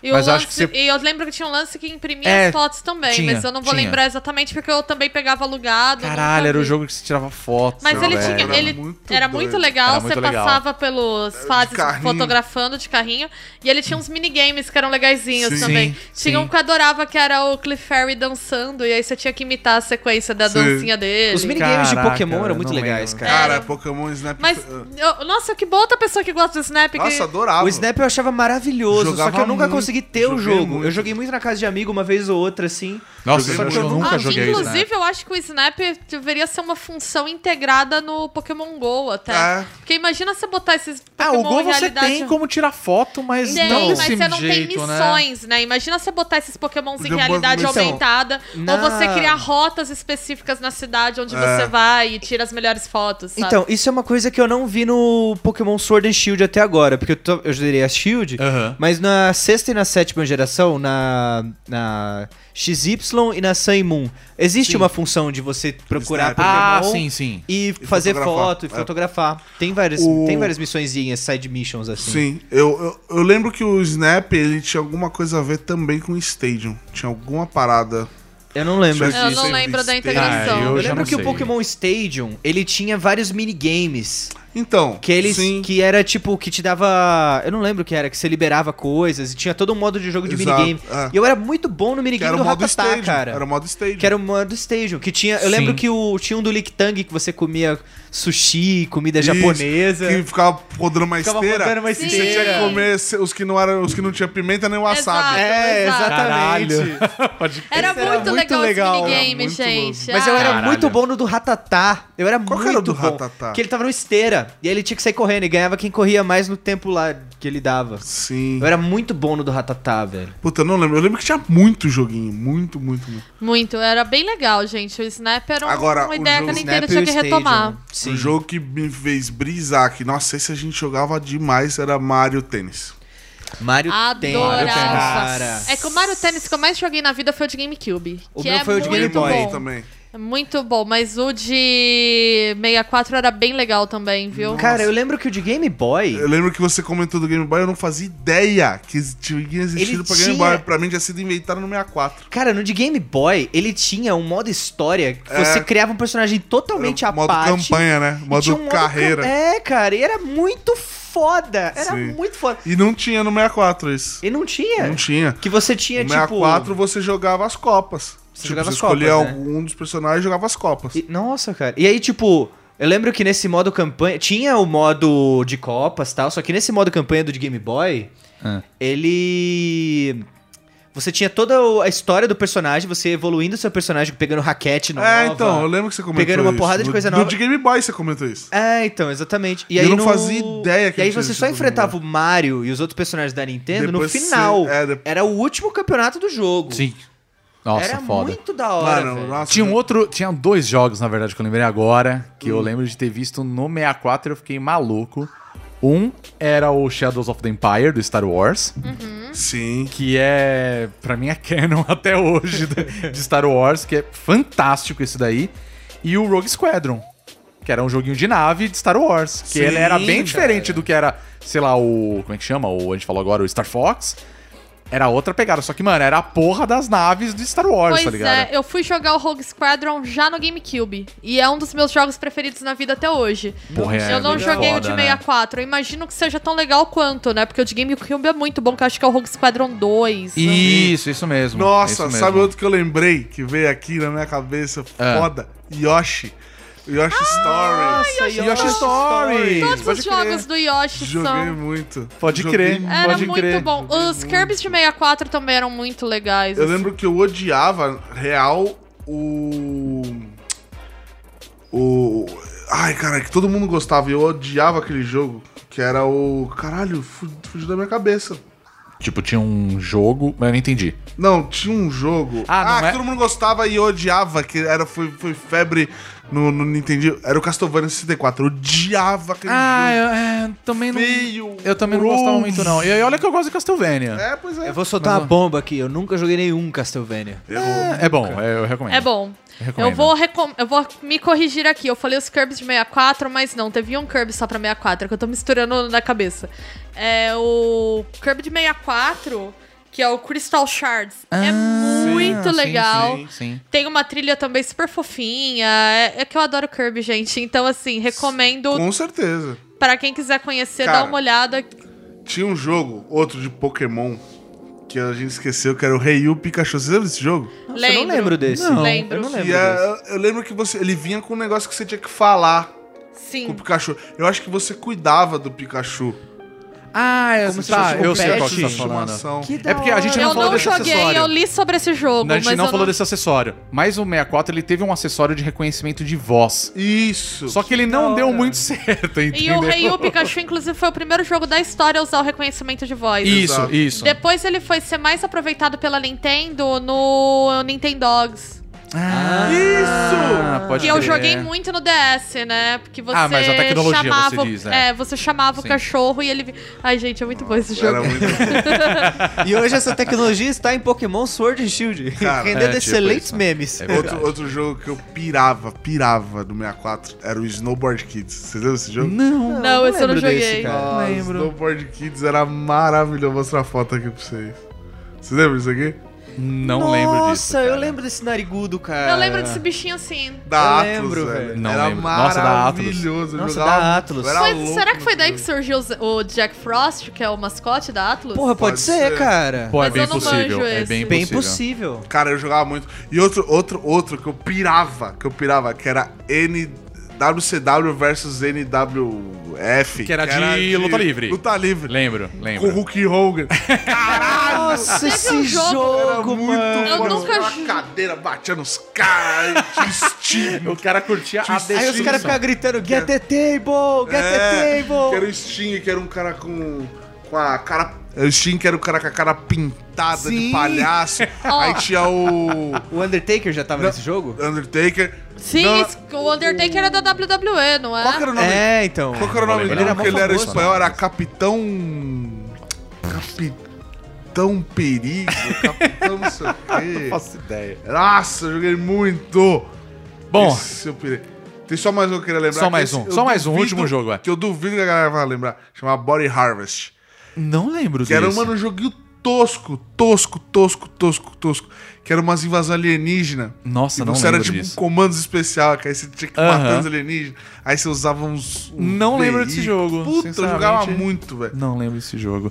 S7: E,
S5: Mas
S7: o
S5: acho
S7: lance,
S5: que você-
S7: e eu lembro que tinha um lance que imprimia
S5: É,
S7: as fotos também,
S5: tinha,
S7: mas eu não vou
S5: tinha.
S7: lembrar exatamente porque eu também pegava alugado.
S5: Caralho,
S7: nunca
S5: era o
S7: vi.
S5: jogo que você tirava foto.
S7: Mas ele
S5: velho.
S7: tinha.
S6: era
S7: ele
S6: muito
S7: era muito
S6: doido.
S7: legal,
S5: Era
S7: você
S5: muito legal.
S7: passava pelas fases
S6: carrinho.
S7: fotografando de carrinho. E ele tinha uns minigames que eram legaizinhos
S5: Sim.
S7: também.
S5: Sim,
S7: tinha um
S5: sim.
S7: que eu adorava que era o Cliff Ferry dançando, e aí você tinha que imitar a sequência da
S6: Sim.
S7: dancinha dele.
S4: Os minigames de
S5: Caraca,
S4: Pokémon
S5: eu
S4: eram muito
S5: não
S4: legais,
S5: lembro.
S4: cara.
S6: Cara,
S7: Era.
S6: Pokémon Snap.
S7: É. Mas,
S5: Ah.
S7: eu- nossa, que boa outra pessoa que gosta do Snap. que-
S6: Nossa, adorava.
S4: O Snap eu achava maravilhoso, só
S6: Jogava
S4: que eu nunca
S6: muito,
S4: consegui ter o
S6: joguei
S4: jogo.
S6: muito.
S4: Eu joguei muito na casa de amigo uma vez ou outra, assim.
S5: Nossa,
S6: Só
S5: eu,
S6: que eu
S5: nunca
S7: Ah,
S5: joguei isso. né?
S7: Inclusive, eu acho que o Snap deveria ser uma função integrada no Pokémon GO até.
S6: É.
S7: Porque imagina você botar esses
S5: Ah,
S7: Pokémon
S5: o gol
S7: em
S5: você
S7: realidade...
S5: tem como tirar foto, mas
S7: Tem,
S5: não
S7: mas
S5: desse
S7: você não
S5: jeito,
S7: tem
S5: né?
S7: missões, né? Imagina você botar esses pokémons em
S6: Podia
S7: realidade
S6: botar-
S4: Então,
S7: aumentada.
S4: na-
S7: Ou você criar rotas específicas na cidade
S4: É.
S7: onde você vai e tira as melhores fotos, sabe?
S4: Então, isso é uma coisa que eu não vi no Pokémon Sword and Shield até agora, porque eu, tô, eu zerei a Shield,
S5: Aham.
S4: mas na sexta e na sétima geração, na, na XY e na Sun e Moon, existe uma função de você procurar
S6: Snap.
S5: Ah,
S4: Pokémon
S5: sim, sim.
S4: e, fazer
S6: fotografar.
S4: foto e
S6: É.
S4: fotografar. Tem várias,
S6: O-
S4: tem várias missõezinhas, side missions assim.
S6: Sim, eu, eu, eu lembro que o Snap ele tinha alguma coisa a ver também com o Stadium. Tinha alguma parada.
S4: Eu não lembro.
S6: Deixa
S7: eu não
S6: Isso,
S7: lembro da
S6: isso.
S5: Ah,
S7: integração.
S4: Eu,
S5: Eu já
S4: lembro
S5: não
S4: que o
S5: sei.
S4: Pokémon Stadium, ele tinha vários minigames.
S6: Então,
S4: Que eles.
S6: sim,
S4: Que era tipo, que te dava. Eu não lembro o que era, que você liberava coisas e tinha todo um modo de jogo de
S6: Exato,
S4: minigame.
S6: é.
S4: E eu era muito bom no
S6: que
S4: minigame
S6: era
S4: do
S6: o modo
S4: Ratatá,
S6: Stadium.
S4: cara.
S6: Era o modo Stadium.
S4: Que era o modo Stadium. Que tinha. Eu lembro
S5: Sim.
S4: que o, tinha um do Lictang que você comia sushi, comida
S6: Isso,
S4: japonesa.
S6: Que ficava rodando uma
S4: Ficava
S6: esteira.
S4: rodando uma
S6: e Você tinha que
S7: esteira.
S6: comer se- os que não, era, os que não tinha pimenta nem wasabi.
S4: É,
S7: Ah, Exato.
S4: exatamente.
S5: Pode crer.
S7: Era,
S4: Esse
S7: muito
S4: era muito legal,
S7: legal, esse
S4: era
S7: minigame,
S6: muito
S7: gente.
S4: Mas eu era
S5: Caralho.
S4: muito bom no do Ratatá. Eu era
S6: Qual que
S4: muito
S6: era o do
S4: bom.
S6: Ratatá?
S4: Que ele tava no esteira. E aí ele tinha que sair correndo e ganhava quem corria mais no tempo lá que ele dava.
S6: Sim.
S4: Eu era muito bom no do Ratatá, velho.
S6: Puta, eu não lembro. Eu lembro que tinha muito joguinho. Muito, muito, muito.
S7: Muito, era bem legal, gente. O Snap era um-
S6: Agora,
S7: uma
S6: o
S7: ideia que
S6: jogo
S7: a Nintendo
S4: e
S7: tinha
S4: o
S7: que
S4: Stadium.
S7: retomar.
S4: Sim.
S6: Um jogo que me fez brisar, que, nossa, esse a gente jogava demais, era Mario Tênis.
S4: Mario tem, cara.
S7: Adorava. É que o Mario Tennis que eu mais joguei na vida foi o de GameCube.
S4: O
S7: que
S4: meu
S7: é
S4: foi o de
S7: muito
S4: Game Boy
S7: bom.
S6: também.
S7: É Muito bom, mas o de 64 era bem legal também, viu?
S4: Cara, eu lembro que o de Game Boy.
S6: Eu lembro que você comentou do Game Boy, eu não fazia ideia que tinha existido
S4: Ele
S6: pra Game
S4: tinha-
S6: Boy. Pra mim tinha sido inventado no 64.
S4: Cara, no de Game Boy, ele tinha um modo história que
S6: É.
S4: você criava um personagem totalmente à
S6: Era o modo
S4: parte.
S6: campanha, né?
S4: e
S6: Modo
S4: tinha um
S6: carreira.
S4: cam- É, cara, e era muito foda. Era
S6: Sim.
S4: muito foda.
S6: E não tinha no 64 isso.
S4: E não tinha.
S6: Não tinha.
S4: Que você É. tinha,
S6: No
S4: tipo.
S6: 64 você jogava as copas. Tipo,
S4: Você jogava as
S6: escolhia
S4: copas, né?
S6: algum dos personagens e jogava as copas.
S4: E- nossa, cara. E aí, tipo, eu lembro que nesse modo campanha. Tinha o modo de Copas e tal, só que nesse modo campanha do de Game Boy,
S5: Ah.
S4: ele. Você tinha toda o- a história do personagem, você evoluindo seu personagem, pegando raquete nova.
S6: É, então, eu lembro que você comentou
S4: Pegando uma
S6: isso.
S4: porrada de
S6: No-
S4: coisa
S6: No
S4: nova.
S6: de Game Boy você comentou isso.
S4: É, então, exatamente. E
S6: Eu
S4: aí
S6: não
S4: no-
S6: fazia ideia que
S4: E aí
S6: ele tinha
S4: você
S6: esse
S4: só
S6: jogo no
S4: enfrentava o Mario e os outros personagens da Nintendo
S6: Depois
S4: no
S6: você-
S4: final.
S6: é, de-
S4: Era o último campeonato do jogo.
S5: Sim. Nossa,
S4: Era
S5: foda.
S4: muito da hora,
S6: Mano,
S4: velho.
S6: Ah, nossa,
S5: Tinha um outro. Tinha dois jogos, na verdade, que eu lembrei agora, que
S7: Hum.
S5: eu lembro de ter visto no 64 e eu fiquei maluco. Um era o Shadows of the Empire do Star Wars,
S7: Hum.
S6: Sim.
S5: que é. Pra mim é canon até hoje do- de Star Wars, que é fantástico esse daí. E o Rogue Squadron, que era um joguinho de nave de Star Wars. Que
S6: Sim,
S5: ele era bem
S6: cara.
S5: diferente do que era, sei lá, o. Como é que chama? O, a gente falou agora, o Star Fox. Era outra pegada, só que, mano, era a porra das naves de Star Wars, tá
S7: Pois
S5: ligado?
S7: é, eu fui jogar o Rogue Squadron já no GameCube. E é um dos meus jogos preferidos na vida até hoje.
S5: Porra, é
S7: eu não
S5: muito
S7: joguei
S5: foda,
S7: o de
S5: né?
S7: 64. Eu imagino que seja tão legal quanto, né? Porque o de GameCube é muito bom, que eu acho que é o Rogue Squadron 2.
S5: Isso, isso mesmo.
S6: Nossa,
S5: É isso mesmo.
S6: sabe outro que eu lembrei que veio aqui na minha cabeça?
S5: Ah.
S6: Foda. Yoshi. Yoshi Story.
S4: Nossa,
S5: Yoshi Story.
S7: Ah, Todos
S5: Pode
S7: os
S5: crer.
S7: jogos do Yoshi
S6: Joguei
S7: são.
S6: muito.
S5: Pode
S6: Joguei
S5: crer.
S6: muito.
S7: Era
S5: Pode
S7: muito
S5: crer.
S7: bom. Os Kirby's de 64 também eram muito legais.
S6: Eu
S7: assim.
S6: lembro que eu odiava, real, o. O. Ai, cara, que todo mundo gostava e eu odiava aquele jogo, que era o. Caralho, fu- fugiu da minha cabeça.
S5: Tipo, tinha um jogo, mas eu não entendi.
S6: Não, tinha um jogo.
S5: Ah, não
S6: Ah, que
S5: é-
S6: todo mundo gostava e eu odiava, que era, foi, foi febre no, no Nintendo. Era o Castlevania 64. Eu odiava aquele
S5: Ah,
S6: jogo.
S5: eu, é, também não.
S6: Feio,
S5: Eu também não gostava muito, não. E olha que eu gosto de Castlevania.
S6: É, pois é.
S4: Eu vou soltar uma bomba aqui. Eu nunca joguei nenhum Castlevania.
S5: É, é bom, é, eu recomendo.
S7: É bom.
S5: Recomendo.
S7: Eu vou, recom- eu vou me corrigir aqui. Eu falei os Kirby's de 64, mas não, teve um Kirby só pra 64, que eu tô misturando na cabeça. É o Kirby de 64, que é o Crystal Shards. é muito
S5: Ah, sim,
S7: legal.
S5: Sim, sim.
S7: Tem uma trilha também super fofinha. É, é que eu adoro Kirby, gente. Então, assim, recomendo
S6: Com certeza.
S7: pra quem quiser conhecer,
S6: Cara.
S7: dar uma olhada.
S6: Tinha um jogo, outro de Pokémon, que a gente esqueceu, que era o Rei Yu Pikachu. Você lembra desse jogo?
S4: Nossa,
S7: lembro.
S4: Eu não lembro desse.
S5: Não,
S7: Lembro.
S4: Eu não
S6: E
S4: lembro desse.
S6: é, eu lembro que você, ele vinha com um negócio que você tinha que falar com o
S7: Sim.
S6: Pikachu. Eu acho que você cuidava do Pikachu.
S5: Ah, eu,
S4: Como se
S5: tá,
S4: fosse um
S5: eu sei qual que você tá
S4: pet.
S5: falando.
S6: Estimação.
S5: É porque a gente
S7: Eu
S5: não falou
S7: não
S5: desse
S7: joguei,
S5: acessório.
S7: eu li sobre esse jogo,
S5: a gente
S7: mas
S5: não
S7: eu não
S5: falou desse acessório. Mas o 64 ele teve um acessório de reconhecimento de voz.
S6: Isso.
S5: Só que ele não deu muito certo,
S7: E
S5: entendeu?
S7: o Rei Yu Pikachu, inclusive, foi o primeiro jogo da história a usar o reconhecimento de voz.
S5: Isso,
S6: Exato.
S5: isso.
S7: Depois ele foi ser mais aproveitado pela Nintendo no Nintendogs.
S5: Ah,
S6: Isso!
S5: Pode
S7: Que eu
S5: crer.
S7: joguei muito no DS, né? Porque você
S5: Ah, mas a tecnologia, você
S7: chamava,
S5: diz, né?
S7: é. você chamava
S5: Sim.
S7: o cachorro e ele... vi- Ai, gente, é muito bom esse jogo.
S6: Era muito
S5: um
S4: E hoje essa tecnologia está em Pokémon Sword and Shield,
S6: Cara,
S4: rendendo
S5: é, tipo
S4: excelentes
S5: isso.
S4: memes.
S5: É verdade.
S6: Outro, outro jogo que eu pirava, pirava do 64 era o Snowboard Kids. Vocês lembram desse jogo?
S5: Não.
S7: Não, esse eu não
S4: lembro
S7: joguei.
S4: desse, cara.
S6: Nossa,
S5: lembro.
S6: Snowboard Kids era maravilhoso. Vou mostrar a foto aqui pra vocês. Vocês lembram disso aqui?
S5: Não lembro disso.
S4: Nossa, eu
S5: cara.
S4: lembro desse narigudo,
S6: um-
S4: cara.
S7: Eu lembro desse bichinho assim.
S6: Da
S4: Eu
S6: Atlas,
S4: lembro,
S6: velho.
S4: velho.
S5: Não
S6: era
S5: lembro. Nossa, da Atlus.
S6: maravilhoso. eu
S4: Nossa,
S6: jogava-
S4: da Atlus.
S6: eu era
S7: Mas
S6: Tá louco
S7: será que foi
S6: nesse
S7: daí que
S6: jogo.
S7: surgiu o- o Jack Frost, que é o mascote da Atlus?
S4: Porra, pode,
S6: Pode
S4: ser,
S6: ser.
S4: cara.
S5: Pô, é
S7: Mas
S5: bem
S7: eu não
S5: possível.
S7: manjo
S5: É
S7: esse.
S5: bem,
S4: Bem
S5: possível.
S4: possível.
S6: Cara, eu jogava muito. E outro, outro, outro que eu pirava, que eu pirava, que era NWCW versus NWF.
S5: Que era de luta livre.
S6: Luta livre.
S5: Lembro,
S6: com o
S5: lembro.
S6: Hulk Hogan.
S4: Nossa,
S7: Teve
S4: esse
S7: um
S4: jogo,
S7: jogo-
S4: mano.
S7: Eu
S6: foda.
S7: nunca
S6: é? Uma
S7: ju-
S6: cadeira batia nos caras, tinha um estigma.
S5: O cara curtia a
S4: Aí os caras ficam gritando, get the table, get
S6: um É,
S4: the table.
S6: que era o Sting, que era um cara com, com a cara... O Sting que era o cara com a cara pintada
S4: Sim.
S6: de palhaço.
S7: Ó.
S6: Aí tinha o
S4: O Undertaker já tava nesse jogo?
S6: Undertaker.
S7: Sim,
S6: Não,
S7: esse- o Undertaker era da WWE, não é?
S6: Qual que era o nome
S4: É, então.
S6: Qual que era o nome
S5: Não vou
S6: dele?
S5: lembrar.
S6: Porque ele era
S4: Famoso,
S6: espanhol,
S5: né?
S6: era Capitão. Capitão Perigo, Capitão não sei o quê.
S5: faço ideia.
S6: Nossa, eu joguei muito!
S5: Bom,
S6: Esse eu pirei. Tem só mais um que eu queria lembrar.
S5: Só
S6: que
S5: mais
S6: esse
S5: um,
S6: eu
S5: só mais um,
S6: duvido-
S5: último jogo, é.
S6: Que eu duvido que a galera vai lembrar. Chamava Body Harvest.
S5: não lembro
S6: Que era,
S5: disso.
S6: mano, um joguinho tosco, tosco, tosco, tosco, tosco. Que era umas invasões alienígenas.
S5: Nossa,
S6: E
S5: não
S6: você era
S5: lembro
S6: tipo
S5: disso.
S6: um comandos especial, que aí você tinha que
S5: Aham.
S6: matar os alienígenas. Aí você usava uns. uns
S5: Não lembro desse jogo,
S6: Puta, eu jogava
S5: sinceramente.
S6: muito, velho.
S5: Não lembro desse jogo.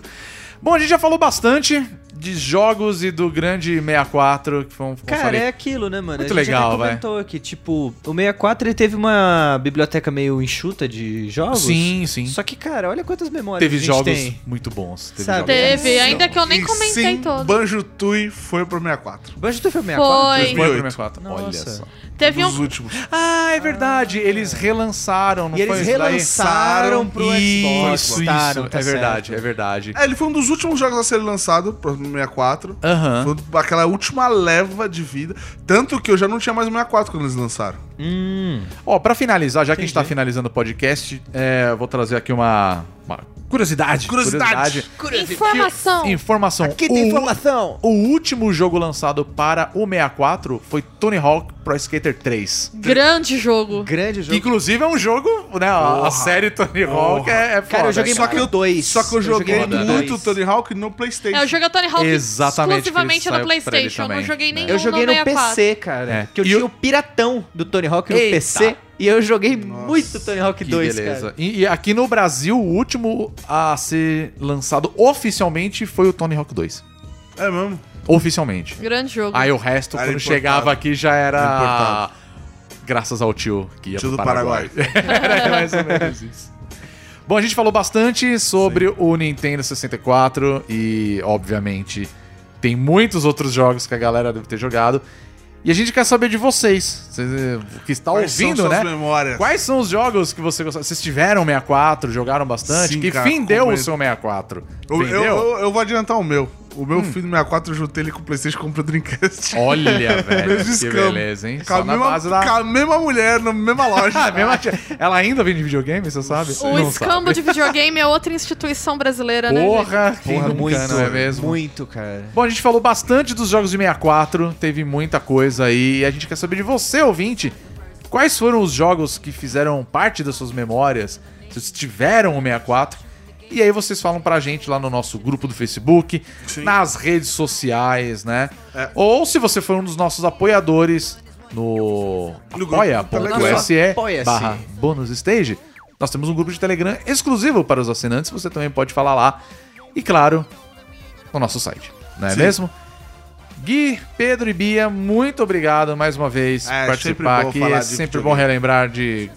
S5: Bom, a gente já falou bastante de jogos e do grande 64, que foi um
S4: Cara,
S5: console-
S4: é aquilo, né, mano?
S5: Muito
S4: a gente
S5: legal,
S4: até
S5: vai.
S4: comentou aqui, tipo, o 64 ele teve uma biblioteca meio enxuta de jogos.
S5: Sim, sim.
S4: Só que, cara, olha quantas memórias
S5: Teve
S4: a gente
S5: jogos
S4: tem.
S5: muito bons. Teve
S4: Sabe?
S5: jogos-
S7: Teve, ainda que eu nem
S6: E
S7: comentei
S6: sim,
S7: todo.
S6: Banjo Tui foi pro 64.
S4: Banjo do filme
S7: Foi.
S4: 64?
S5: Foi pro
S6: 2008.
S5: 64. Olha
S4: Nossa.
S5: só.
S7: Teve um
S6: Dos últimos.
S5: Ah, é verdade. Eles relançaram, não
S4: E eles
S5: foi isso daí?
S4: relançaram pro
S5: isso,
S4: Xbox.
S5: Isso,
S4: lançaram, tá
S5: é verdade,
S4: certo.
S5: é verdade.
S6: É, ele foi um dos últimos jogos a ser lançado pro no 64.
S5: Aham.
S6: Foi aquela última leva de vida. Tanto que eu já não tinha mais o 64 quando eles lançaram.
S4: Hum.
S5: Ó, pra finalizar, já que a gente tá finalizando o podcast, é, eu vou trazer aqui uma, uma curiosidade.
S6: Curiosidade.
S7: Informação.
S5: Informação. O-
S4: informação!
S5: O último jogo lançado para o 64 foi Tony Hawk Pro Skater 3.
S7: Grande jogo.
S4: Grande jogo.
S5: Inclusive é um jogo, né? a- A
S6: Porra.
S5: série Tony Hawk é, é foda.
S4: Cara, eu joguei
S5: Só que
S4: muito dois.
S6: Só que eu joguei,
S5: muito
S6: muito
S4: dois.
S6: Tony Hawk no PlayStation.
S7: É, eu joguei Tony Hawk
S5: Exatamente, que
S7: exclusivamente
S5: ele
S7: no
S5: saiu pra ele
S7: Playstation.
S5: também,
S7: Não joguei
S5: né?
S7: nenhum
S4: Eu joguei no
S7: 64.
S4: PC, cara.
S5: É.
S4: Que eu
S5: E
S4: tinha
S5: o-
S4: o piratão do Tony Hawk no
S5: Eita.
S4: PC. E eu joguei muito Tony Hawk
S5: que
S4: 2,
S5: beleza.
S4: cara.
S5: E, e aqui no Brasil, o último a ser lançado oficialmente foi o Tony Hawk 2.
S6: É mesmo?
S5: Oficialmente.
S7: Grande jogo.
S5: Aí o resto,
S6: Era
S5: quando
S6: importado.
S5: chegava aqui, já
S6: Era
S5: era.
S6: importado.
S5: Graças ao tio que ia
S6: Tio
S5: pro
S6: do é Paraguai.
S5: era mais ou menos isso. Bom, a gente falou bastante sobre o Nintendo 64 e, obviamente, tem muitos outros jogos que a galera deve ter jogado. E a gente quer saber de vocês, vocês, eh, que está
S6: Quais são
S5: ouvindo,
S6: suas
S5: né?
S6: memórias?
S5: Quais são os jogos que você gostou? Vocês tiveram 64, jogaram bastante?
S6: Sim,
S5: que
S6: cara,
S5: fim deu o
S6: companheiro.
S5: seu 64?
S6: Eu,
S5: Fim
S6: eu,
S5: deu?
S6: eu- eu vou adiantar o meu. O meu filho do 64, eu juntei ele com o PlayStation e comprei o Dreamcast.
S5: Olha, velho,
S6: Mesmo
S5: que
S6: escambo.
S5: beleza, hein?
S6: Com a,
S5: Só na
S6: mesma,
S5: base da...
S6: com a mesma mulher, na mesma loja.
S5: Ah, mesma tia- Ela ainda vende videogame, você sabe?
S7: O
S5: Não
S7: escambo
S5: sabe.
S7: de videogame é outra instituição brasileira, né? gente?
S5: Porra, quem
S4: Porra,
S5: nunca,
S4: muito,
S5: não é mesmo?
S4: muito, cara.
S5: Bom, a gente falou bastante dos jogos de 64, teve muita coisa aí, e a gente quer saber de você, ouvinte, quais foram os jogos que fizeram parte das suas memórias, se vocês tiveram o 64, e aí vocês falam pra gente lá no nosso grupo do Facebook, nas redes sociais, né?
S6: É.
S5: Ou se você for um dos nossos apoiadores no
S6: No grupo do
S5: apoia.se
S4: Telegram. Apoia-se.
S5: barra bônus stage, nós temos um grupo de Telegram exclusivo para os assinantes, você também pode falar lá. E claro, no nosso site, não é
S6: Sim.
S5: mesmo? Gui, Pedro e Bia, muito obrigado mais uma vez
S6: É,
S5: por participar
S6: sempre bom
S5: aqui.
S6: falar
S5: É
S6: de
S5: sempre
S6: videogame.
S5: bom relembrar de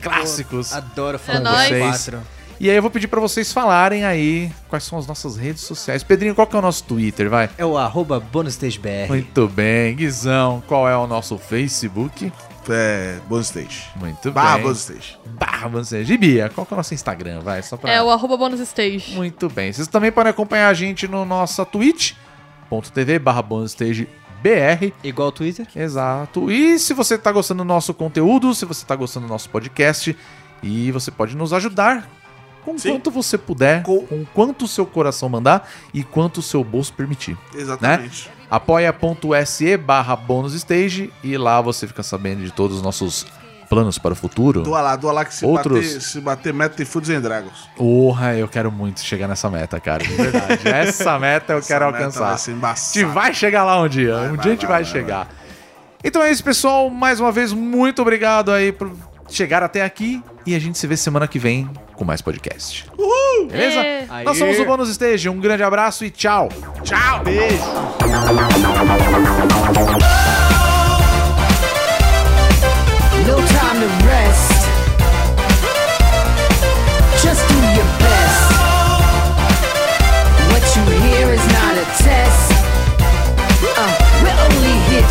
S5: clássicos.
S4: Adoro
S7: É
S4: falar com
S7: nóis.
S4: vocês.
S5: E aí eu vou pedir pra vocês falarem aí quais são as nossas redes sociais. Pedrinho, qual que é o nosso Twitter, vai?
S4: É o arroba bonusstagebr.
S5: Muito bem, Guizão, qual é o nosso Facebook?
S6: É, bonus stage.
S5: Muito
S6: Barra
S5: bem.
S6: bonus stage.
S5: Barra Bonus E Bia, qual que é o nosso Instagram, vai? Só pra...
S7: É o arroba bonus stage.
S5: Muito bem. Vocês também podem acompanhar a gente no nossa twitch.tv barra bonusstagebr.
S4: Igual o Twitter.
S5: Exato. E se você tá gostando do nosso conteúdo, se você tá gostando do nosso podcast, e você pode nos ajudar com
S6: Sim.
S5: quanto você puder, com, quanto o seu coração mandar e quanto o seu bolso permitir.
S6: Exatamente.
S5: Apoia.se barra bônus stage e lá você fica sabendo de todos os nossos planos para o futuro.
S6: Doa lá, doa lá que se
S5: Outros?
S6: bater, se bater meta e foods em dragons.
S5: Porra, eu quero muito chegar nessa meta, cara. De verdade. Essa meta eu quero
S6: Essa meta
S5: alcançar.
S6: Vai ser
S5: A gente
S6: embaçada.
S5: vai chegar lá um dia. um
S6: vai,
S5: dia a gente vai,
S6: vai, vai,
S5: chegar. Então é isso, pessoal. Mais uma vez, muito obrigado aí por chegar até aqui. E a gente se vê semana que vem com mais podcast. Uhul! Beleza?
S7: É.
S5: Nós somos o Bônus Stage. Um grande abraço e tchau!
S4: Beijo.